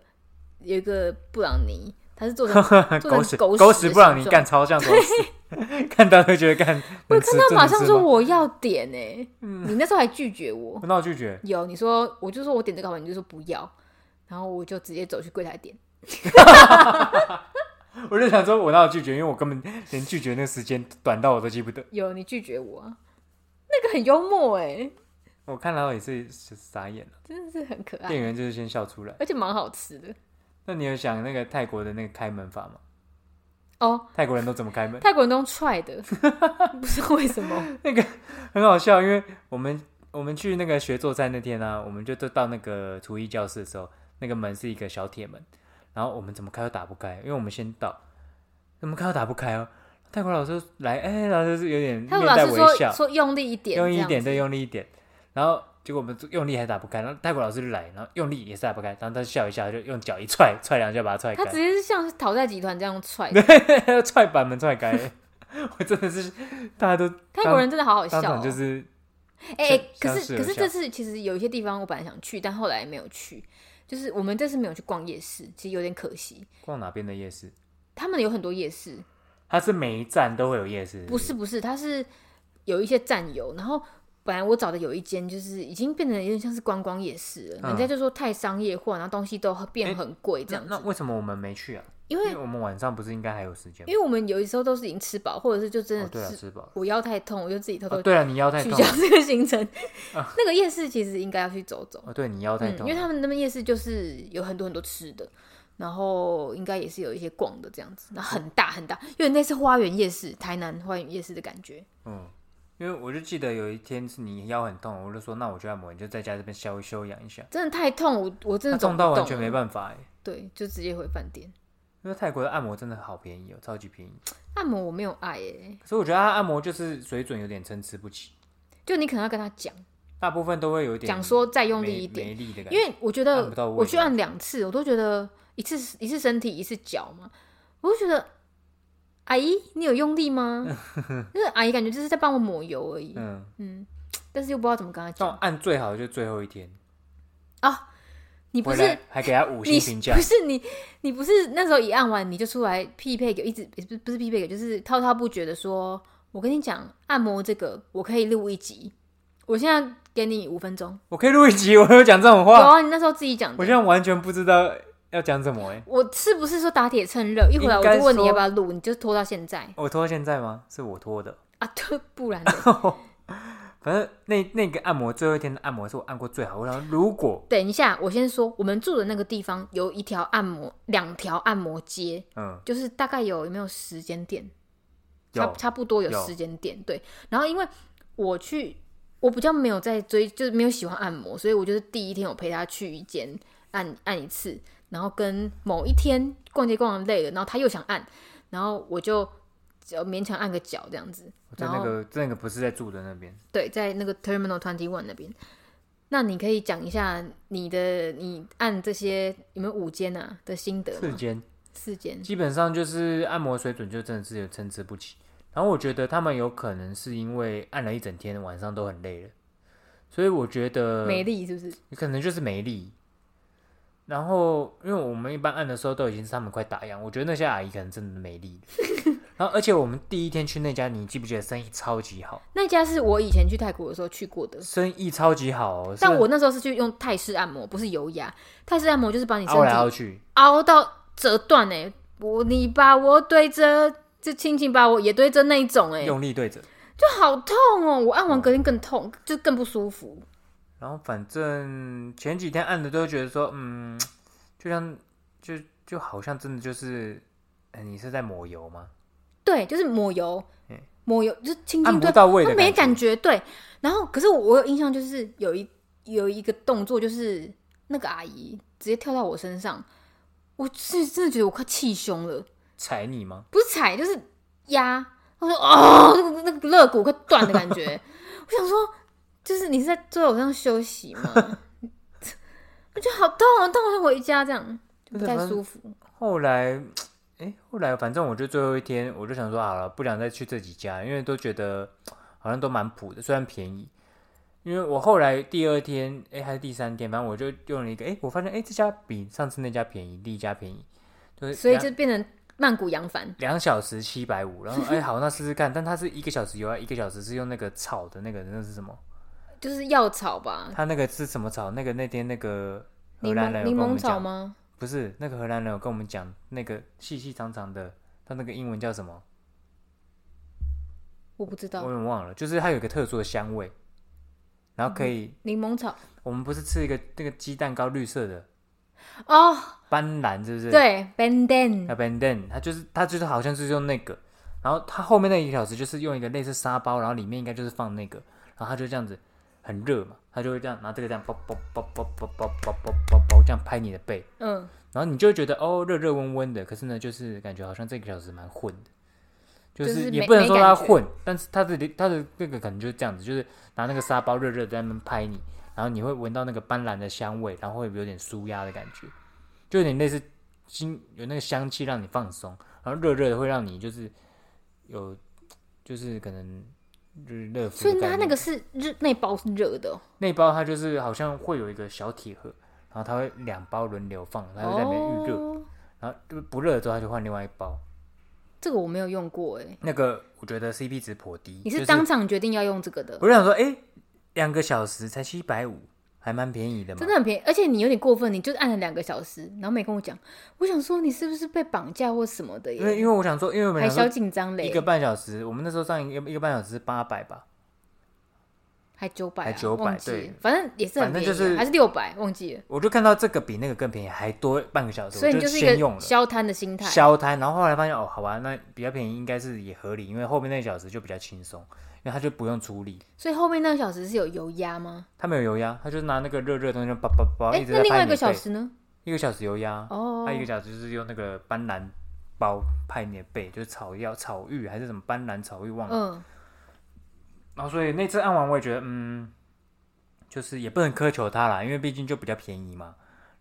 有一个布朗尼，它是做成 做
狗
成
屎
狗
狗
屎
屎
的
不让
形
你
状
干，超像狗屎， 看到会觉得干。
我有
能吃
看到
真
马
的
上
吃
说
吗，嗯
我要点哎，你那时候还拒绝我，
那我拒绝。
有你说我就说我点这个好吗，你就说不要，然后我就直接走去柜台点。
我就想说，我哪有拒绝？因为我根本连拒绝那个时间短到我都记不得。
有你拒绝我啊，那个很幽默哎，
我看到也是傻眼了，
真的是很可爱，
店员就是先笑出来。
而且蛮好吃的
那你有想那个泰国的那个开门法吗？
哦。
泰国人都怎么开门？
泰国人都用踹的， 不知道为什么。
很好笑，因为我们我们去那个学做菜那天呢、我们就都到那个厨艺教室的时候，那个门是一个小铁门，然后我们怎么开都打不开，因为我们先到，怎么开都打不开哦。泰国老师来，哎、老师是有点
泰国
面
老
带
师
微
说
笑，
说用力一点，
用力一
这样
点，
子
再用力一点，然后结果我们用力还打不开，然后泰国老师就来，然后用力也是打不开，然后他笑一下，就用脚一踹，踹两下把它踹
他直接是像是讨债集团这样 踹。
开，踹板门踹开， 我真的是大家都
泰国人真的好好笑、
当
哦
场，就是
哎、可
相相视
是
而
可是
笑
这次其实有一些地方我本来想去，但后来没有去，就是我们这次没有去逛夜市，其实有点可惜。
逛哪边的夜市。
他们有很多夜市，
它是每一站都会有夜市，
不是不是，它是有一些占有，然后。本来我找的有一间，就是已经变得有点像是观光夜市了，
嗯哎
人家就说太商业化，然后东西都变很贵这
那
样子。
那为什么我们没去啊？
因
因
为
为我们晚上不是应该还有时间吗？
因为我们有的时候都是已经吃饱，或者是就真
哦，对
的
啊，
是、
吃饱了。
我腰太痛，我就自己偷偷
哦，对啊，你腰太
取
痛
消
了。啊
这个行 程。那个夜市其实应该要去走走，
哦，对你腰太
嗯，因
痛
为
了。
他们那边夜市就是有很多很多吃的，然后应该也是有一些逛的这样子，那很大很大，因为那是花园夜市，台南花园夜市的感觉。
嗯，因为我就记得有一天是你腰很痛，我就说那我去按摩，你就在家这边稍微休养一下。
真的太痛，我我真
那
的走
痛
不
到
动
完全
了
没办法哎，
对，就直接回饭店
因为泰国的按摩真的好便宜哦，超级便宜。
按摩。我没有爱耶、
可是我觉得它按摩就是水准有点参差不齐，
就你可能要跟他讲
大部分都会有一点
讲说再用
没
力一点，
没力的感觉。
因为我觉
按不到
得
位
我去按两次，我都觉得一次一次身体一次脚嘛，我就觉得阿姨你有用力吗？ 就是阿姨感觉就是在帮我抹油而已，
嗯，哦
嗯，但是又不知道怎么跟她
这种
讲。
按最好的就是最后一天，
你不
回
是
来还给他五
你
星评价
不。是你你不是那时候一按完你就出来匹配给，一直不是不是匹配给，就是滔滔不绝的说，我跟你讲按摩这个我可以录一集，我现在给你五分钟。
我可以录一集，我有讲这种
有
话。
啊，你那时候自己讲
我
的。
现在完全不知道要讲什么哎、
我是不是说打铁趁热？一回来我
应该
就问你
说
要不要录，你就拖到现在。
我拖到现在吗？是我拖的。
啊， 对，不然呢
反正那那个按摩最后一天的按摩是我按过最好。我想如果
等一下，我先说，我们住的那个地方有一条按摩，两条按摩街，
嗯
就是大概有有没有十间店，
有
差差不多有
有
十间店，对。然后因为我去，我比较没有在追，就是没有喜欢按摩，所以我就是第一天我陪他去一间按按一次，然后跟某一天逛街逛得累了，然后他又想按，然后我就只要勉强按个脚这样子，
我在
然
那
后
个在那个不是在住的那边，
对，在那个 Terminal Twenty One 那边。那你可以讲一下你的，你按这些有没有五间啊的心得
四
吗？
间
四间，
基本上就是按摩水准就真的是有参差不齐。然后我觉得他们有可能是因为按了一整天，晚上都很累了，所以我觉得
美丽是不是？
可能就是没力。然后，因为我们一般按的时候都已经是他们快打烊，我觉得那些阿姨可能真的 没力了。然后，而且我们第一天去那家，你记不记得生意超级好？
那家是我以前去泰国的时候去过的，
生意超级好、哦，
但
是
我那时候是去用泰式按摩，不是油压。泰式按摩就是把你身
凹来凹
体
去，
凹到折断哎、我你把我对折，就轻轻把我也对折那一种哎、
用力对着。
就好痛哦！我按完隔天更痛，就更不舒服。
然后，反正前几天按的都会觉得说，嗯，就像就就好像真的就是，哎你是在抹油吗？
对，就是抹油
嗯，
抹油就是轻
按
轻
不
对
到位的
他没
感
感觉，对。然后，可是我我有印象，就是有一有一个动作，就是那个阿姨直接跳到我身上，我是真的觉得我快气胸了，
踩你吗？
不是踩就是压，我说哦，那个那个肋骨快断的感觉，我想说，就是你是在坐在我身上休息吗？ 我觉得好痛，好痛，我想回家这样。就不太舒服，
后来，啊哎，后来反正我就最后一天，我就想说好了，不想再去这几家，因为都觉得好好像都蛮普的，虽然便宜。因为我后来第二天，哎、还是第三天，反正我就用了一个，哎、我发现，哎、这家比上次那家便宜，第一家便宜，就是
所以
两
就变成曼谷扬帆。
两小时七百五，然后哎、好，那试试看，但它是一个小时有啊，一个小时是用那个炒的那个，那是什么？
就是药草吧，
它那个是什么炒？那个那天那个荷
柠
兰
檬
人有
柠
跟我
檬
们
草
讲，
吗？
不是那个荷兰人有跟我们讲，那个细细长长的，它那个英文叫什么？
我不知
我
道，
有点忘了，就是它有一个特殊的香味，然后可以，
柠檬草
我们不是吃一个那个鸡蛋糕绿色的
哦，
斑斓，是不是？
对，bandan，
那 b a n d a n 它就是它就是好像是用那个，然后它后面那一个小时就是用一个类似沙包，然后里面应该就是放那个，然后它就这样子很热嘛，它就会这样拿这个这样啵啵啵啵啵啵啵啵啵啵这样拍你的背，
嗯，
然后你就会觉得哦热热温温的，可是呢就是感觉好像这个小时蛮混的。就
就是是
也
没
不能
没
说
感
它
觉
混，但是它的它的那个可能就是这样子，就是拿那个沙包热热地在那边拍你，然后你会闻到那个斑斓的香味，然后会有点舒压的感觉，就有点类似心有那个香气让你放松，然后热热的会让你就是有就是可能就是热敷
所
的
以
概念。
它那个是热那包是热的哦，
内包它就是好像会有一个小铁盒，然后它会两包轮流放，它会在里面预热，
哦，
然后就不热了之后它就换另外一包。
这个我没有用过哎，
那个我觉得 CP 值颇低，
你
就是
当场决定要用这个的，
我就想说，哎、两个小时才七百五，还蛮便宜的嘛
真。的很便宜，而且你有点过分，你就按了两个小时，然后没跟我讲，我想说你是不是被绑架或什么的
因为
耶，
因为我想说，因为我们
还
想
小
说
紧张
一
嘞
个，半小时，我们那时候上一个一个半小时是八百吧，
还九百，啊
还900
忘记
对
了，反正也是很便
反正
宜
就
啊，
是
还是六百，忘记了，
我就看到这个比那个更便宜，还多半个小时，
所以
我
你就是一
先用
个
了。
消摊的心态，
消摊，然后后来发现哦，好吧，那比较便宜应该是也合理，因为后面那个小时就比较轻松，因为他就不用处理，
所以后面那个小时是有油压吗？
他没有油压，他就拿那个热热的东西就叭叭叭
哎、
一直在
那另
拍
外一
你的
个小
背
时呢？
一个小时油压，
哦
他一个小时就是用那个斑斓包拍你的背，就是草药草浴还是什么斑斓草浴忘了，
嗯，
然后所以那次按完，我也觉得，嗯，就是也不能苛求它啦，因为毕竟就比较便宜嘛。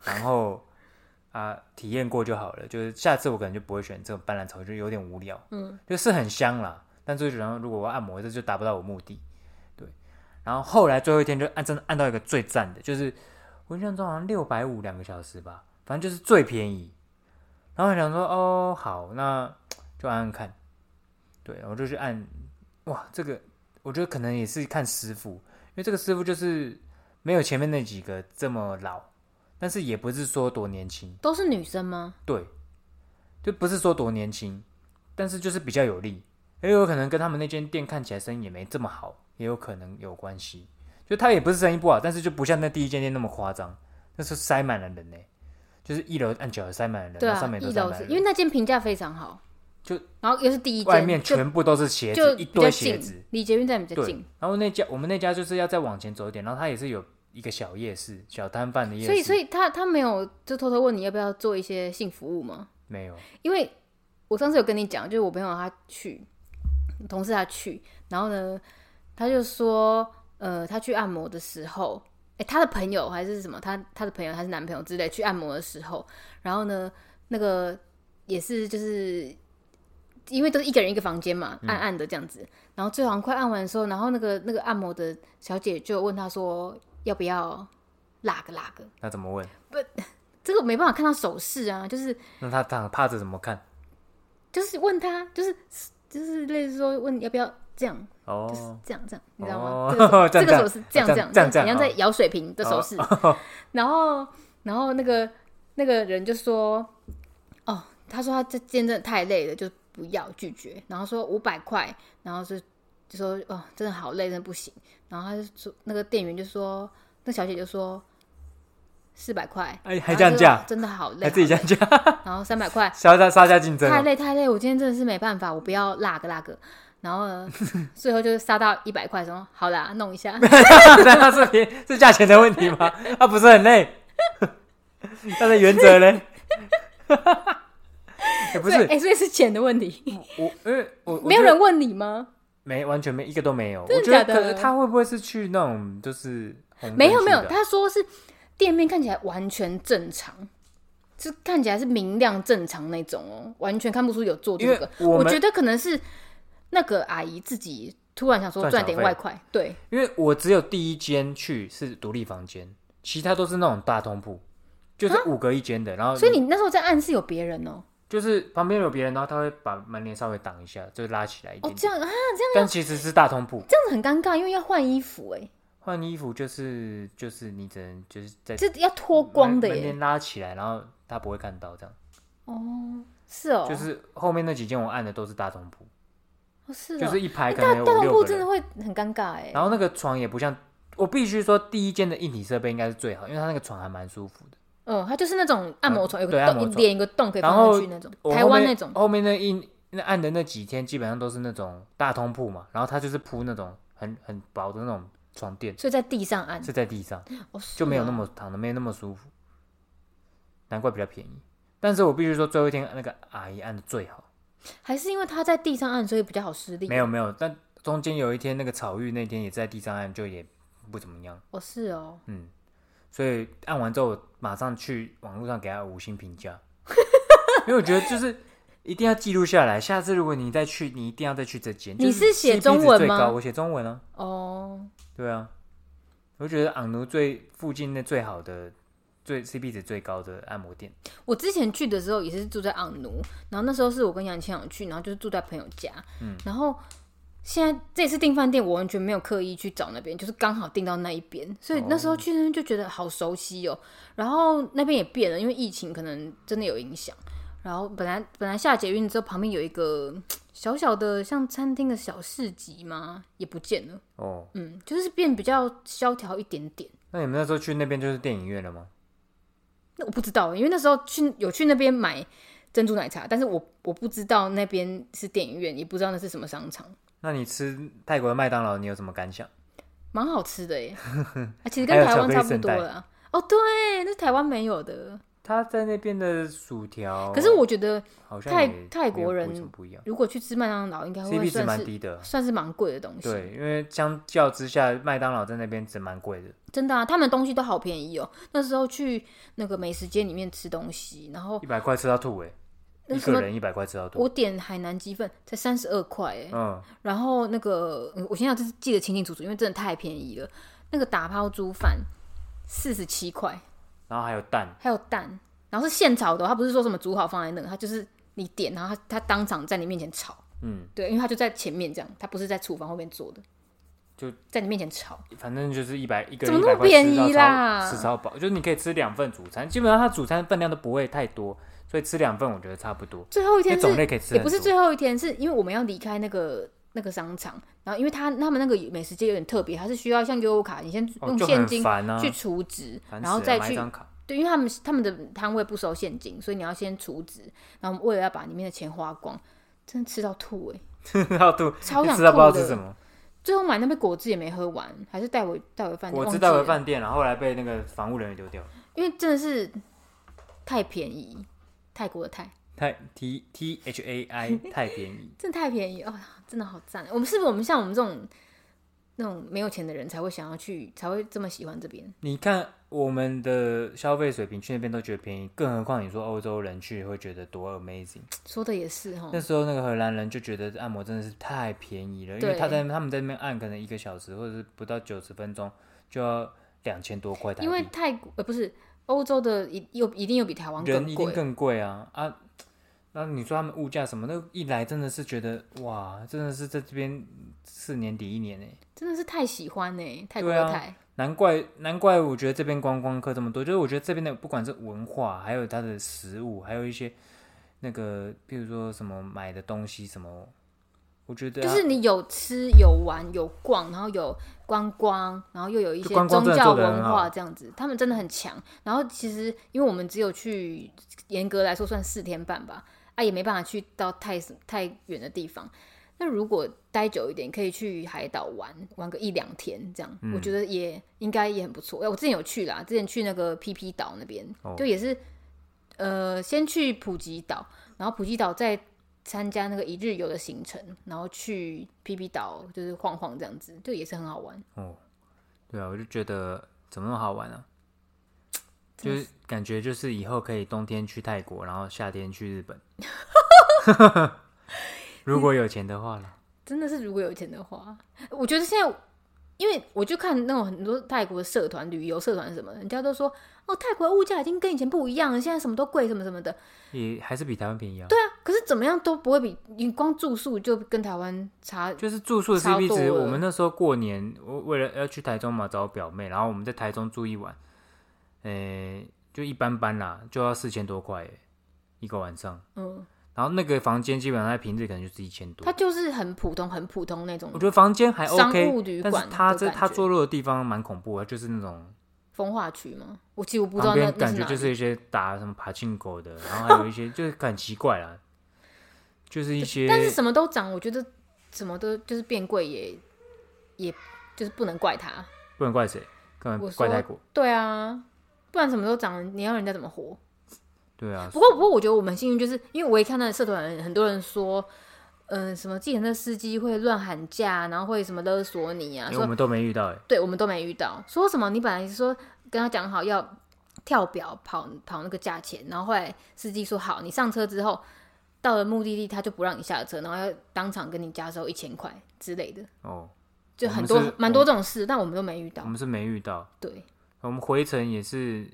然后啊，体验过就好了。就是下次我可能就不会选这种斑斓草，就有点无聊。
嗯，
就是很香啦，但最主要如果我要按摩，这就达不到我目的。对，然后后来最后一天就按真的按到一个最赞的，就是我印象中好像六百五两个小时吧，反正就是最便宜。然后我想说，哦，好，那就按按看。对，然后就去按，哇，这个我觉得可能也是看师傅，因为这个师傅就是没有前面那几个这么老，但是也不是说多年轻，
都是女生吗？
对，就不是说多年轻，但是就是比较有力，也有可能跟他们那间店看起来生意也没这么好，也有可能有关系。就他也不是生意不好，但是就不像那第一间店那么夸张，那是塞满了人呢、就是一楼按久了塞满了人，
对
然后上
啊，
面
一
都塞
楼
满
是
了
因为
人，
那间评价非常好，
就
然后又是第一间，
外面
就
全部都是鞋
就
子，一
比较
堆鞋子
近，，离捷运站比较
对
近，。
然后那家我们那家就是要再往前走一点，然后它也是有一个小夜市、小摊贩的夜市，
所以所
以
以他他没有就偷偷问你要不要做一些性服务吗？
没有
因为我上次有跟你讲，就是我朋友他去，同事他去，然后呢，他就说，呃，他去按摩的时候，诶，他的朋友还是什么，他他的朋友还是男朋友之类去按摩的时候，然后呢，那个也是就是。因为都是一个人一个房间嘛，暗暗的这样子，然后最后好像快按完的时候，然后那个那个按摩的小姐就问他说要不要拉个拉个，
那怎么问？
这个没办法看到手势啊，就是
那他躺趴着怎么看？
就是问他，就是就是类似说问要不要这样，
哦，
就是这样这样，你知道吗
哦？
这个手这
这样
个手势这样
这
这样
样这样这
这
样
样，像在摇水瓶的手势。
哦
然后然后那个那个人就说，哦，他说他这今天真的太累了，就不要拒绝。然后说五百块，然后就就说哦，真的好累，真的不行。然后他就说那个店员就说，那小姐就说。四百块，
哎
然
还
后
这样
就
价
真的好累
还，自己这样讲，
然后三百块，
杀价杀价竞争哦、
太累太累，我今天真的是没办法，我不要拉个拉个。然后呢，最后就是杀到一百块，说好啦，弄一下。
但他是便是价钱的问题吗？他不是很累， 他的原 则呢？也不
对
是
哎、所以是钱的问题，
我，因为我我
没有
觉得嗯
人问你吗？
没完全没一个都没有。
真
我
的
觉得
假的
可他会不会是去那种就是红灯
没有没有
区，的啊
他说是店面看起来完全正常，是看起来是明亮正常那种哦，完全看不出有做这
因为
个。
我
我
们
觉得可能是那个阿姨自己突然想说
赚
赚
小
点
费
外快，对，
因为我只有第一间去是独立房间，其他都是那种大通铺，就是五隔一间的。然后
啊所以你那时候在暗示有别人哦、
就是旁边有别人，然后他会把门帘稍微挡一下，就拉起来一
哦
点，
这
点。
样啊，
但其实是大通铺，
这样子很尴尬，因为要换衣服哎、
换衣服就是就是你只能就是在
这要脱光的
门门
耶。
帘拉起来，然后他不会看到这样。
哦，是哦，
就是后面那几间我按的都是大通铺，
哦是哦，
就是一排
哎
可能
大
有
大
五
通
六
铺
个
真的
人，
会很尴尬哎、
然后那个床也不像，我必须说第一间的硬体设备应该是最好，因为它那个床还蛮舒服的。
嗯，它就是那种按摩床，有
对
个
按
洞，
摩
一
床
连一个洞可以
然
放
后
上去那种，
我
台
后
湾
面
那种。
后面那一那按的那几天基本上都是那种大通铺嘛，然后它就是铺那种很很薄的那种床垫，
所以在地上按
是在地上
哦是
就没有
哦
那么躺的没有那么舒服，难怪比较便宜。但是我必须说最后一天那个阿姨按的最好，
哦还是因为他在地上按，所以比较好施力。
没有没有，但中间有一天那个草玉那天也在地上按，就也不怎么样。
哦，是哦，
嗯，所以按完之后，我马上去网络上给他五星评价， 因为我觉得就是一定要记录下来。下次如果你再去，你一定要再去这间。
你
就是
写
CP 值
中文
最
吗
高我写中文啊，
哦，
对啊，我觉得昂奴最附近那最好的、最 CP 值最高的按摩店，
我之前去的时候也是住在昂奴，然后那时候是我跟杨千阳去，然后就是住在朋友家，然后现在这次订饭店，我完全没有刻意去找那边，就是刚好订到那一边，所以那时候去那边就觉得好熟悉哦、然后那边也变了，因为疫情可能真的有影响。然后本来本来下捷运之后，旁边有一个嗯小小的像餐厅的小市集嘛，也不见了。
哦。
嗯，就是变比较萧条一点点。
那你们那时候去那边就是电影院了吗？
那我不知道欸，因为那时候去有去那边买珍珠奶茶，但是我我不知道那边是电影院，也不知道那是什么商场，
那你吃泰国的麦当劳，你有什么感想？
蛮好吃的 耶。啊，其实跟
还有
台湾
巧克力
差不
圣
多
代
啦。哦，对，那是台湾没有的。
他在那边的薯条，
可是我觉得，
好像
泰
也没有
泰国人
不怎么不一样
如果去吃麦当劳，应该会
，CP 值
算
蛮
是
低的。啊
算是蛮贵的东西。
对，因为相较之下，麦当劳在那边是蛮贵的，
真的啊，他们东西都好便宜哦。那时候去那个美食街里面吃东西，然后
一百块吃到吐哎、
那
一
什
个
么，
人一百块吃到吐。
我点海南鸡饭才三十二块哎，
嗯，
然后那个，嗯我现在就是记得清清楚楚，因为真的太便宜了。那个打抛猪饭四十七块，
然后还有蛋，
还有蛋，然后是现炒的哦，它不是说什么煮好放在那个，它就是你点，然后它它当场在你面前炒。
嗯，
对，因为它就在前面这样，它不是在厨房后面做的，
就
在你面前炒。
反正就是一百一个
怎
人
么
一
那
百
么
块吃
便
到
宜
超
啦
吃超饱，就是你可以吃两份主餐，基本上它主餐分量都不会太多，所以吃两份我觉得差不多。
最后一
那
天
种
是
类可以哎吃
也
很
不
多，
是最后一天，是因为我们要离开那个那个商场，然后因为他他们那个美食街有点特别，它是需要像优卡，你先
哦
用
就
现
很
金
烦啊，
去储值，
烦
然后
死了
再
买一
去
张卡，
对，因为他们他们的摊位不收现金，所以你要先储值，然后我们为了要把里面的钱花光，真的吃到吐哎、
要吐，
超
一
想
吃到不知道
吐
吃什
的。
么。
最后买那杯果汁也没喝完，还是带回带回饭店。
我
忘
知
记
道有
了
饭店，然后后来被那个防务人员丢掉了。
因为真的是太便宜，泰国的泰
太 T T H A I 太便宜，
真的太便宜哦，真的好赞。我们是不是我们像我们这种那种没有钱的人才会想要去，才会这么喜欢这边？
你看我们的消费水平去那边都觉得便宜，更何况你说欧洲人去会觉得多 amazing。
说的也是哦哈
那，时候那个荷兰人就觉得按摩真的是太便宜了，因为
对
他在他们在那边按可能一个小时或者是不到九十分钟就要两千多块台币，
因为泰国呃不是欧洲的一又一定又比台湾
人
更
一定
贵，
更贵啊啊！那你说他们物价什么？那一来真的是觉得哇，真的是在这边四年抵一年哎、
真的是太喜欢呢、泰国
对
的
啊
泰。
难怪，难怪我觉得这边观光客这么多，就是我觉得这边的不管是文化，还有它的食物，还有一些那个，譬如说什么买的东西什么，我觉得、啊、
就是你有吃有玩有逛，然后有观光，然后又有一
就
些
观光
宗
真的
教
做得很
文
好
化这样子，他们真的很强。然后其实因为我们只有去，严格来说算四天半吧，啊也没办法去到太太远的地方。那如果待久一点，可以去海岛玩玩个一两天，这
嗯
样、我觉得也应该也很不错。哎我之前有去啦，之前去那个 PP 岛那边，
哦
就也是呃先去普吉岛，然后普吉岛再参加那个一日游的行程，然后去 PP 岛就是晃晃这样子，就也是很好玩。
哦，对啊，我就觉得怎么那么好玩啊？就是感觉就是以后可以冬天去 泰 国，然后夏天去日本，如果有钱的话了。
真的是如果有钱的话，我觉得现在，因为我就看那种很多泰国的社团、旅游社团什么的，人家都说哦，泰国的物价已经跟以前不一样了，现在什么都贵，什么什么的。
也还是比台湾便宜啊。
对啊，可是怎么样都不会比你光住宿就跟台湾差。
就是住宿的
超
CP
多
值，
了
我们那时候过年，我为了要去台中嘛，找我表妹，然后我们在台中住一晚，呃、就一般般啦，就要四千多块耶一个晚上。
嗯，
然后那个房间基本上在平日可能就是一千
它
多，
就是很普通、很普通那种
我觉得房间还
商
OK，
务旅
但
馆
是
的
他
感
这
觉。
他坐落的地方蛮恐怖的，就是那种
风化区吗？我其实我不知
旁
道那
边
那
感
是
觉
哪
就
里。
是一些打什么爬进狗的，然后还有 一些就是很奇怪啦，就是一些
但是什么都涨，我觉得什么都就是变贵也，也就是不能怪他。
不能怪谁，根本
我说
怪泰国，
对啊，不然什么都涨，你要人家怎么活？
对啊，
不过，不过，我觉得我们很幸运，就是因为我也看到社团人很多人说，嗯、什么计程车司机会乱喊价，然后会什么勒索你啊，
因为我
说
们都没遇到哎，
对我们都没遇到，说什么你本来是说跟他讲好要跳表跑跑那个价钱，然后后来司机说好，你上车之后到了目的地他就不让你下车，然后要当场跟你加收一千块之类的，
哦，
就
我
很
们嗯
多
是
蛮多这种事，但我们都没遇到
我。们是没遇到。
对，
我们回程也是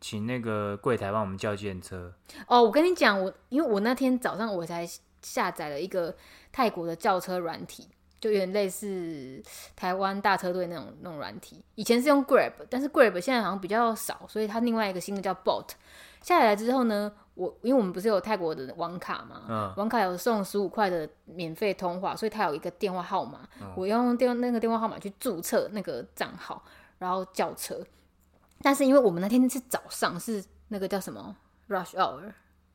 请那个柜台帮我们叫计程车，
哦，我跟你讲，我因为我那天早上我才下载了一个泰国的轿车软体，就有点类似台湾大车队那种那种软体。以前是用 Grab，但是 Grab 现在好像比较少，所以它另外一个新的叫 Bolt。下载来之后呢，我因为我们不是有泰国的网卡嘛，
嗯
网卡有送十五块的免费通话，所以它有一个电话号码，我用电那个电话号码去注册那个账号，然后叫车。但是因为我们那天是早上，是那个叫什么 rush hour，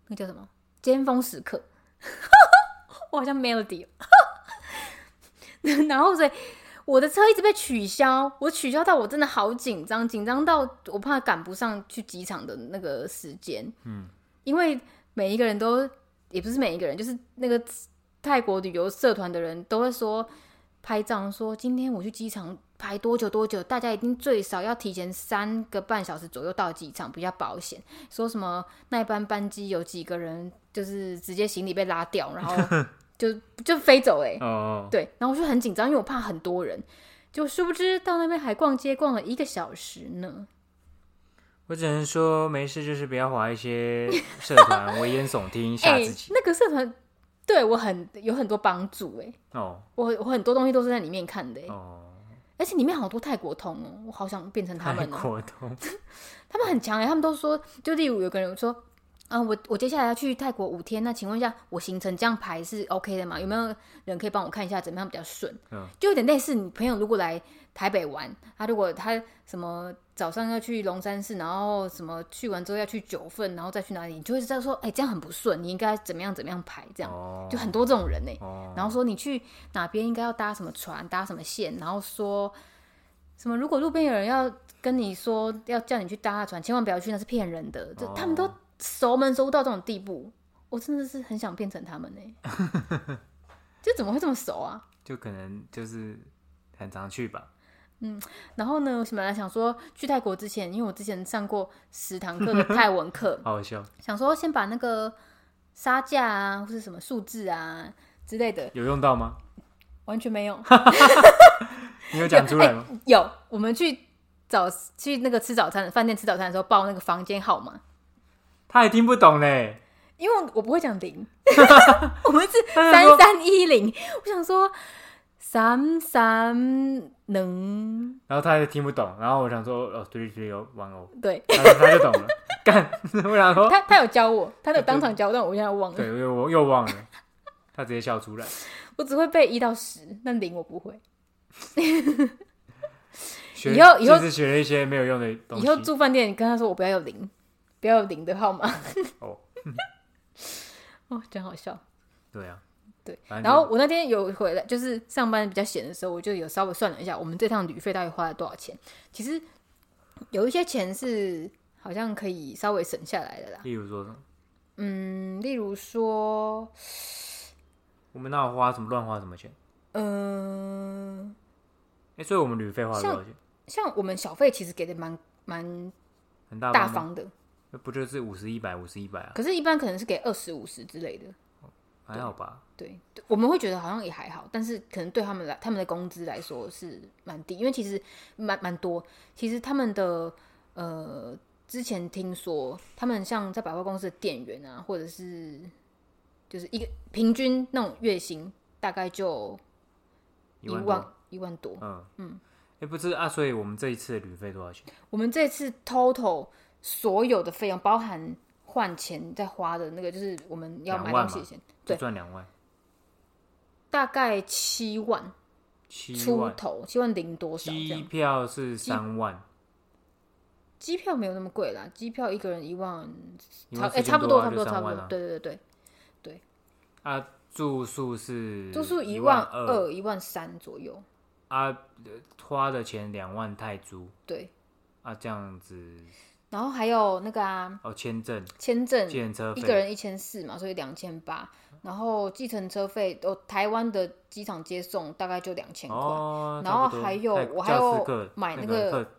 那叫什么尖峰时刻， 我好像 melody，哦 然后所以我的车一直被取消，我取消到我真的好紧张，紧张到我怕赶不上去机场的那个时间，嗯，因为每一个人都也不是每一个人，就是那个泰国旅游社团的人都会说拍照说今天我去机场排多久多久，大家一定最少要提前三个半小时左右到机场比较保险。说什么那一班班机有几个人就是直接行李被拉掉，然后就就飞走哎、欸
哦，
对，然后我就很紧张，因为我怕很多人。就殊不知到那边还逛街逛了一个小时呢，
我只能说没事，就是不要划一些社团 危言耸听吓自己、
哎那个社团对我很有很多帮助哎、
哦
我我很多东西都是在里面看的、欸，
哦，
而且里面好多泰国通哦，我好想变成他
泰
们哦、
国通
他们很强哎、他们都说，就例如有个人说，啊、我我接下来要去泰国五天，那请问一下，我行程这样排是 OK 的吗？有没有人可以帮我看一下怎么样比较顺？
嗯
就有点类似你朋友如果来台北玩，他如果他什么早上要去龙山寺，然后什么去完之后要去九份，然后再去哪里，你就会知道说，哎、这样很不顺，你应该怎么样怎么样排这样。
哦
就很多这种人呢、欸
哦，
然后说你去哪边应该要搭什么船，搭什么线，然后说什么如果路边有人要跟你说要叫你去搭他船，千万不要去，那是骗人的。就他们都
哦
熟门熟路到这种地步，我真的是很想变成他们 呢、就怎么会这么熟啊？
就可能就是很常去吧。
然后呢，我本来想说去泰国之前，因为我之前上过十堂课的泰文 课，
好好笑，
想说先把那个杀价啊，或是什么数字啊之类的，
有用到吗？
完全没有。
你有讲出来吗？
有，我们去早去那个吃早餐饭店吃早餐的时候报那个房间号码，
他也听不懂嘞。
因为我不会讲零， 我们是
他就
三
说，
三一零。我想说三三能
然后他也听不懂，然后我想说，哦，three three 哦，玩哦，
对
他就他就懂了。 干，我想说，
他他有教我，他有当场教我，但我现在忘了，
对，我又我又忘了，他直接笑出来。
我只会背一到十，但零我不会。
学
以后以后
就是学了一些没有用的东西。
以后住饭店，你跟他说我不要有零，不要有零的号码。
哦，
哦，真好笑。
对啊，
对，
反正就
然后我那天有回来，就是上班比较闲的时候，我就有稍微算了一下，我们这趟旅费到底花了多少钱。其实有一些钱是好像可以稍微省下来的啦。
例如说什么，
嗯，例如说，
我们哪有花什么乱花什么钱？
嗯、
哎、所以我们旅费花了多少钱？
像我们小费其实给的蛮蛮
很大
大
方吗，
方的，
那不就是五十一百、五十一百啊？
可是一般可能是给二十五十之类的。
还好吧？
对，对我们会觉得好像也还好，但是可能对他们来，他们的工资来说是蛮低，因为其实蛮蛮多。其实他们的呃，之前听说他们像在百货公司的店员啊，或者是就是一个平均那种月薪大概就
一
一
万
万
多，
一万多。
嗯嗯，哎、不是啊，所以我们这一次的旅费多少钱？
我们这次 total 所有的费用，包含换钱在花的那个，就是我们要买
两万
东西的
嘛
钱，
就
对
赚两万
大概七万
七
出
万，
头，七万零多少这
机
样。
票是三万，
机票没有那么贵啦，机票一个人一万，
一
差
万
哎、
四
差
千
不
多
多
啊
差不多
就
差
三
不
万
多
啊，
对对对对，
啊，住宿是
住宿
嗯一
一
万
万二一万三左右，
啊，呃花的钱两万泰铢
对，
啊，这样子
然后还有那个啊
哦，签证、
签证
计程车
嗯一
费，
个人一千四嘛，所以两千八，然后计程车费哦，台湾的机场接送大概就两千块，
哦，
然后
差不多
还有
泰
我还
教师
有
课
买
那
那个
课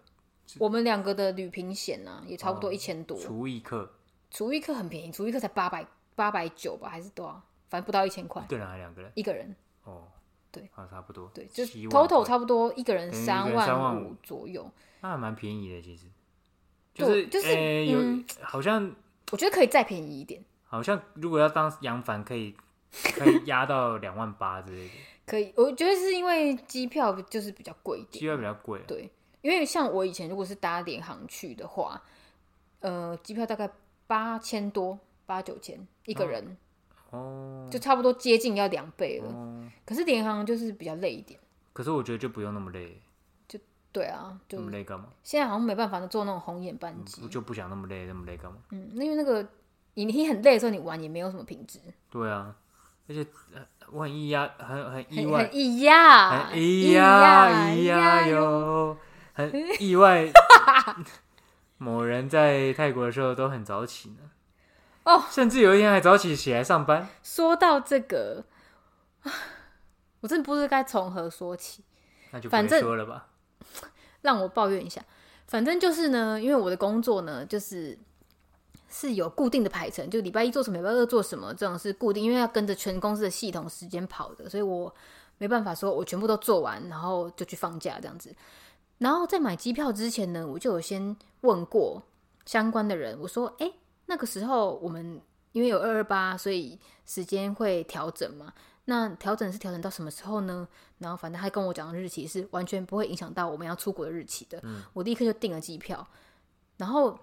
我们两个的旅平险啊，也差
哦
不多一千多。
厨艺课，
厨艺课很便宜，厨艺课才八百八百九吧，还是多少？反正不到一千块
一个人还两个人
一个人。
哦，
嗯对
啊，差不多，
对，就
七万
total
块嗯
差不多一个人
等于一个人
三
三万
五
五
左右，
那还蛮便宜的，其实就
对
是
就是
呃有
嗯
好像
我觉得可以再便宜一点，
好像如果要当杨帆，可以可以压到两万八之类的，
可以。我觉得是因为机票就是比较贵一
机
点，
票比较贵啊，
对，因为像我以前如果是搭联航去的话，呃，机票大概八千多八九千一个人，
哦
就差不多接近要两倍了。
哦。
可是联航就是比较累一点，
可是我觉得就不用那么累，
对啊，就
那么累嗯干嘛？
现在好像没办法做那种红眼班机
我，就不想那么累，那么累干嘛？
嗯，那因为那个你你很累的时候，你玩也没有什么品质，
对啊，而且呃我很意压，很很意
很
外
很，意呀，
很意压
意
意
呀
压哟，很
嗯
意 外。某人在泰国的时候都很早起呢，
哦，
甚至有一天还早起起来上班。
说到这个，啊我真的不知道该从何说起，
那就
反
别
正
说了吧。
让我抱怨一下。反正就是呢，因为我的工作呢，就是是有固定的排程，就礼拜一做什么，礼拜二做什么，这种是固定，因为要跟着全公司的系统时间跑的，所以我没办法说我全部都做完，然后就去放假这样子。然后在买机票之前呢，我就有先问过相关的人，我说：“哎，那个时候我们因为有二二八，所以时间会调整嘛？那调整是调整到什么时候呢？”然后反正他跟我讲的日期是完全不会影响到我们要出国的日期的，我立刻就订了机票。然后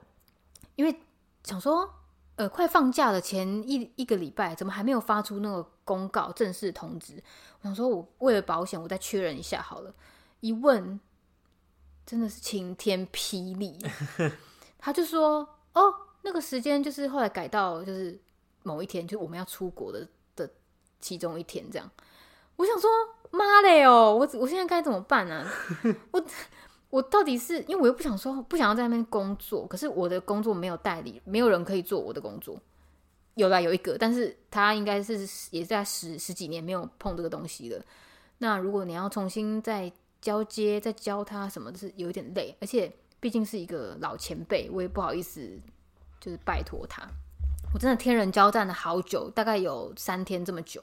因为想说，呃，快放假的前一一个礼拜，怎么还没有发出那个公告正式通知？我想说，我为了保险，我再确认一下好了。一问，真的是晴天霹雳，他就说，哦，那个时间就是后来改到就是某一天，就我们要出国的的其中一天这样。我想说，妈嘞哦，我我现在该怎么办啊？ 我我到底是因为我又不想说不想要在那边工作，可是我的工作没有代理，没有人可以做我的工作。有啦，有一个，但是他应该是也在十十几年没有碰这个东西了。那如果你要重新再交接、再教他什么，就是有一点累，而且毕竟是一个老前辈，我也不好意思，就是拜托他。我真的天人交战了好久，大概有三天这么久。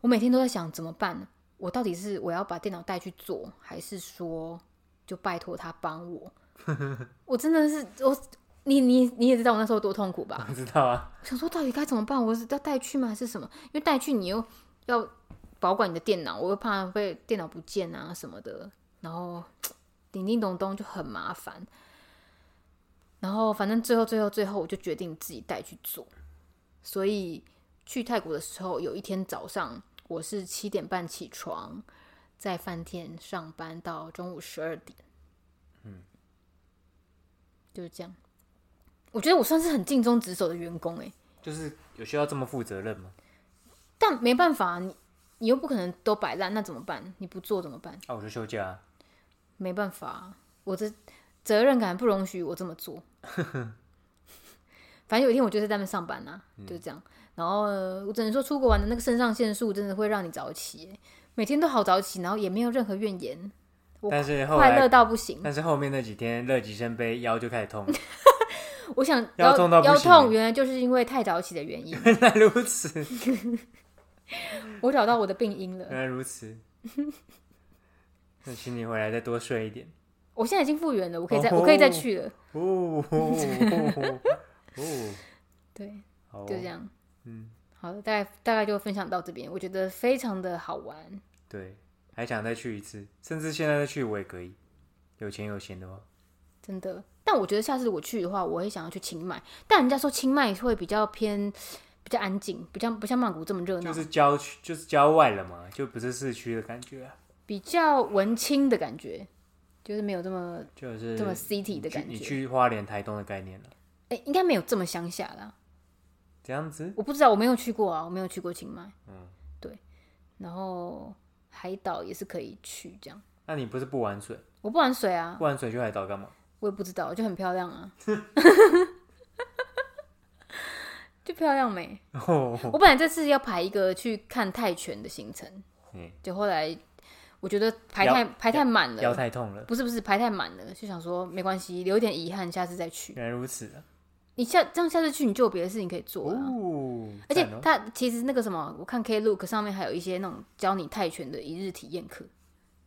我每天都在想怎么办，我到底是我要把电脑带去做，还是说就拜托他帮我？ 我真的是我，你你你也知道我那时候多痛苦吧？
我知道啊，
我想说到底该怎么办？我是要带去吗？还是什么？因为带去你又要保管你的电脑，我又怕被电脑不见啊什么的，然后叮叮咚咚就很麻烦。然后反正最后最后最后，我就决定自己带去做。所以去泰国的时候，有一天早上我是七点半起床，在饭店上班到中午十二点。嗯，就是这样。我觉得我算是很尽忠职守的员工哎、
就是有需要这么负责任吗？
但没办法，啊你你又不可能都摆烂，那怎么办？你不做怎么办？
啊，我就休假、啊，
没办法，啊我的责任感不容许我这么 做。反正有一天我就是在那边上班啊，
嗯
就这样。然后呃我只能说，出国玩的那个肾上腺素真的会让你早起耶，每天都好早起，然后也没有任何怨言，我
但是后
快乐
来，呃
到不行。
但是后面那几天乐极生悲，腰就开始 痛了。
我想
腰
腰
痛到不行
腰痛，原来就是因为太早起的原因。
原来如此，
我找到我的病因了
原。来如此。那请你回来再多睡一点。
我现在已经复原了，我可以再、
哦
我可以再去了。
哦 哦哦，
对，
好，哦
就这，样。
嗯，
好了，大概大概就分享到这边，我觉得非常的好玩。
对，还想再去一次，甚至现在再去我也可以，有钱有闲的话，
真的。但我觉得下次我去的话，我会想要去清迈。但人家说清迈会比较偏，比较安静，比较不像曼谷这么热闹，
就是郊区，就是郊外了嘛，就不是市区的感觉啊，
比较文青的感觉，就是没有这么
就是
这么 city 的
你去
感
你
觉。
去花莲、台东的概念了，
哎、应该没有这么乡下啦。
这样子，
我不知道，我没有去过啊，我没有去过清迈。嗯，对。然后海岛也是可以去这样。
那你不是不玩水？
我不玩水啊，
不玩水去海岛干嘛？
我也不知道，就很漂亮啊， 就漂亮美。
哦，
我本来这次要排一个去看泰拳的行程，
嗯
就后来我觉得排太
腰
排太满
腰
了，
太痛了，
不是不是排太满了，就想说没关系，留一点遗憾，下次再去。
原来如此啊！
你下这样下次去，你就有别的事情可以做了啊、
哦，
而且
赞哦
它其实那个什么，我看 Klook 上面还有一些那种教你泰拳的一日体验课，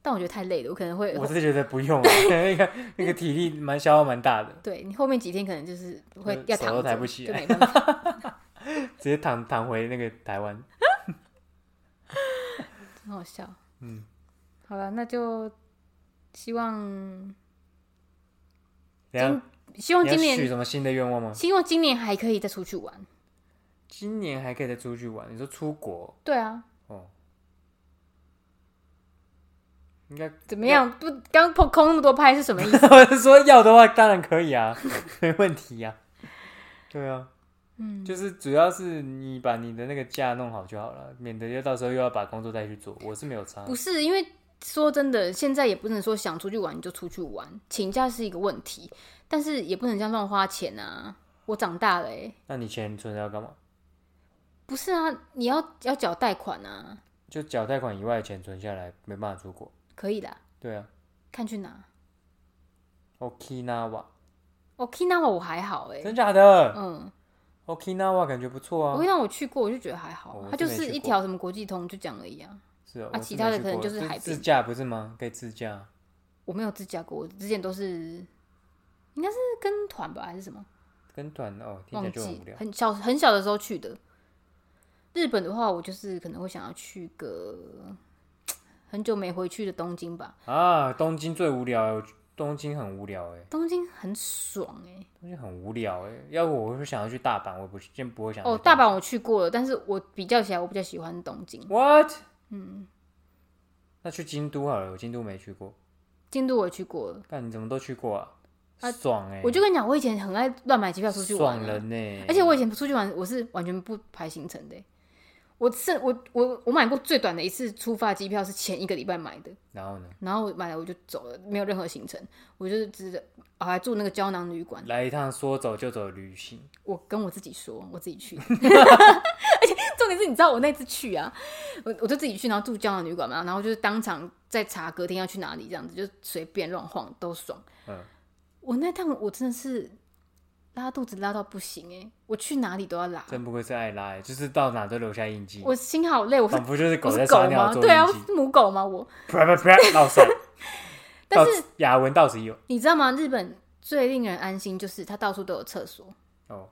但我觉得太累了，我可能会
我是觉得不用啊， 那个那个体力蛮消耗蛮大的，
对你后面几天可能就是会
呃
要
手
躺
都抬
着
不起
就
来
没办法。
直接躺躺回那个台湾。
很好笑。嗯，好了，那就希望
怎样？
希望
你要
今
许
年
什么新的愿望吗？
希望今年还可以再出去玩。
今年还可以再出去玩？你说出国
对啊，
哦？应该
怎么样？不，刚空空那么多拍是什么意思？
我是说要的话，当然可以啊，没问题呀、对啊，嗯，就是主要是你把你的那个假弄好就好了，免得又到时候又要把工作再去做。我是没有差，
不是，因为说真的，现在也不能说想出去玩你就出去玩，请假是一个问题，但是也不能这样乱花钱啊。我长大了、欸，
那你钱存着要干嘛？
不是啊，你要要缴贷款啊，
就缴贷款以外的钱存下来，没办法出国。
可以啦，
对啊
看去哪。
，Okinawa，
Okinawa 我还好哎、
真假的
嗯，
？Okinawa 感觉不错
我
啊。
跟你讲，我去过，我就觉得还好啊
哦，
它
我是
就
没
是
去
一
过
条什么国际通就讲而已啊。
是哦
啊
我
其
没
他的
去
可能
过
就是海
自
边
驾不是吗？可以自驾。
我没有自驾过，我之前都是应该是跟团吧，还是什么？
跟团哦，听起来
忘
就很
记
无聊。
很小很小的时候去的。日本的话，我就是可能会想要去个很久没回去的东京吧。
啊，东京最无聊欸，我觉东京很无聊哎，
东京很爽哎、
东京很无聊哎。要不我会想要去大阪，我不先不会想
哦，
去
大
东
阪我去过了，但是我比较起来，我比较喜欢东京
京。。What？嗯，那去京都好了，我京都没去过。
京都我也去过了，
但你怎么都去过啊？爽哎，
我就跟你讲，我以前很爱乱买机票出去玩、
爽
啊，
人欸呢。
而且我以前出去玩，我是完全不排行程的欸、我是我我我买过最短的一次出发机票是前一个礼拜买的，
然后呢，
然后我买了我就走了，没有任何行程，我就是只是啊还住那个胶囊旅馆。
来一趟说走就走的旅行，
我跟我自己说，我自己去。 而且重点是，你知道我那次去啊，我我就自己去，然后住胶囊旅馆嘛，然后就是当场在查隔天要去哪里，这样子就随便乱晃都爽。
嗯，
我那趟我真的是拉肚子拉到不行哎、我去哪里都要拉，
真不愧是爱拉欸，就是到哪都留下印记，
我心好累，我是
仿佛就是
我
哦狗
是
在
狗
撒尿
吗？
做
对啊，我
印记，
是母狗吗？我
啪啪啪，落塞。
但
是雅文到此一游
你知道吗？日本最令人安心就是它到处都有厕所，
哦，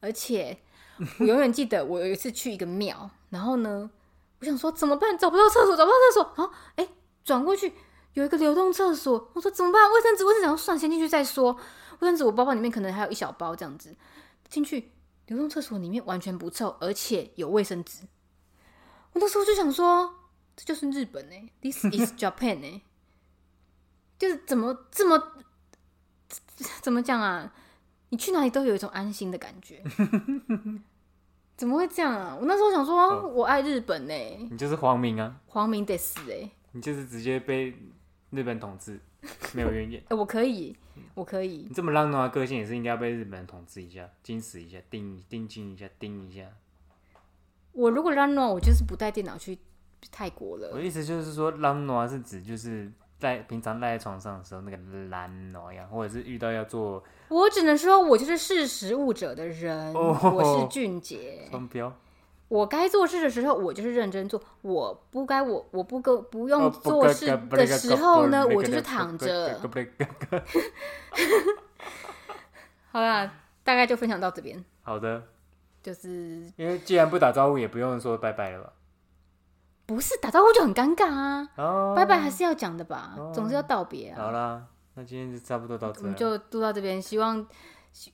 而且我永远记得我有一次去一个庙，然后呢，我想说怎么办？找不到厕所，找不到厕所啊！哎、转过去有一个流动厕所，我说怎么办？卫生纸，卫生纸，我说算先进去再说。卫生纸我包包里面可能还有一小包这样子，进去流动厕所里面完全不臭，而且有卫生纸。我那时候就想说，这就是日本呢、t h i s is Japan 呢、就是怎么这么怎么讲啊？你去哪里都有一种安心的感觉。怎么会这样啊？我那时候想说，我爱日本欸呢、
你就是皇民啊。
皇民得死哎、
你就是直接被日本统治，没有怨言。
哎、我可以，我可以，
你这么浪荡的个性，也是应该被日本人统治一下，矜持一下，定定睛一下，盯一下。
我如果让诺，我就是不带电脑去泰国
我
了。
的意思就是说，浪挪是指就是赖平常赖在床上的时候那个懒挪呀，或者是遇到要做
我只能说，我就是识时务者的人，
哦
我是俊杰。
双标，
我该做事的时候，我就是认真做；我不该我我不跟不用
哦
做事的时候呢，我就是躺着。。好啦，大概就分享到这边，
好的，
就是
因为既然不打招呼，也不用说拜拜了吧？
不是打招呼就很尴尬啊，
哦，
拜拜还是要讲的吧，
哦
总是要道别啊。
好啦，那今天就差不多到这
我们
了。
就录到这边，希望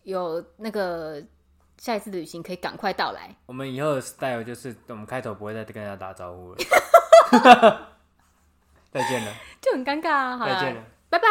有那个下一次的旅行可以赶快到来。
我们以后的 style 就是我们开头不会再跟大家打招呼了。再见了，
就很尴尬啊。好
再见
了
了，。
拜拜。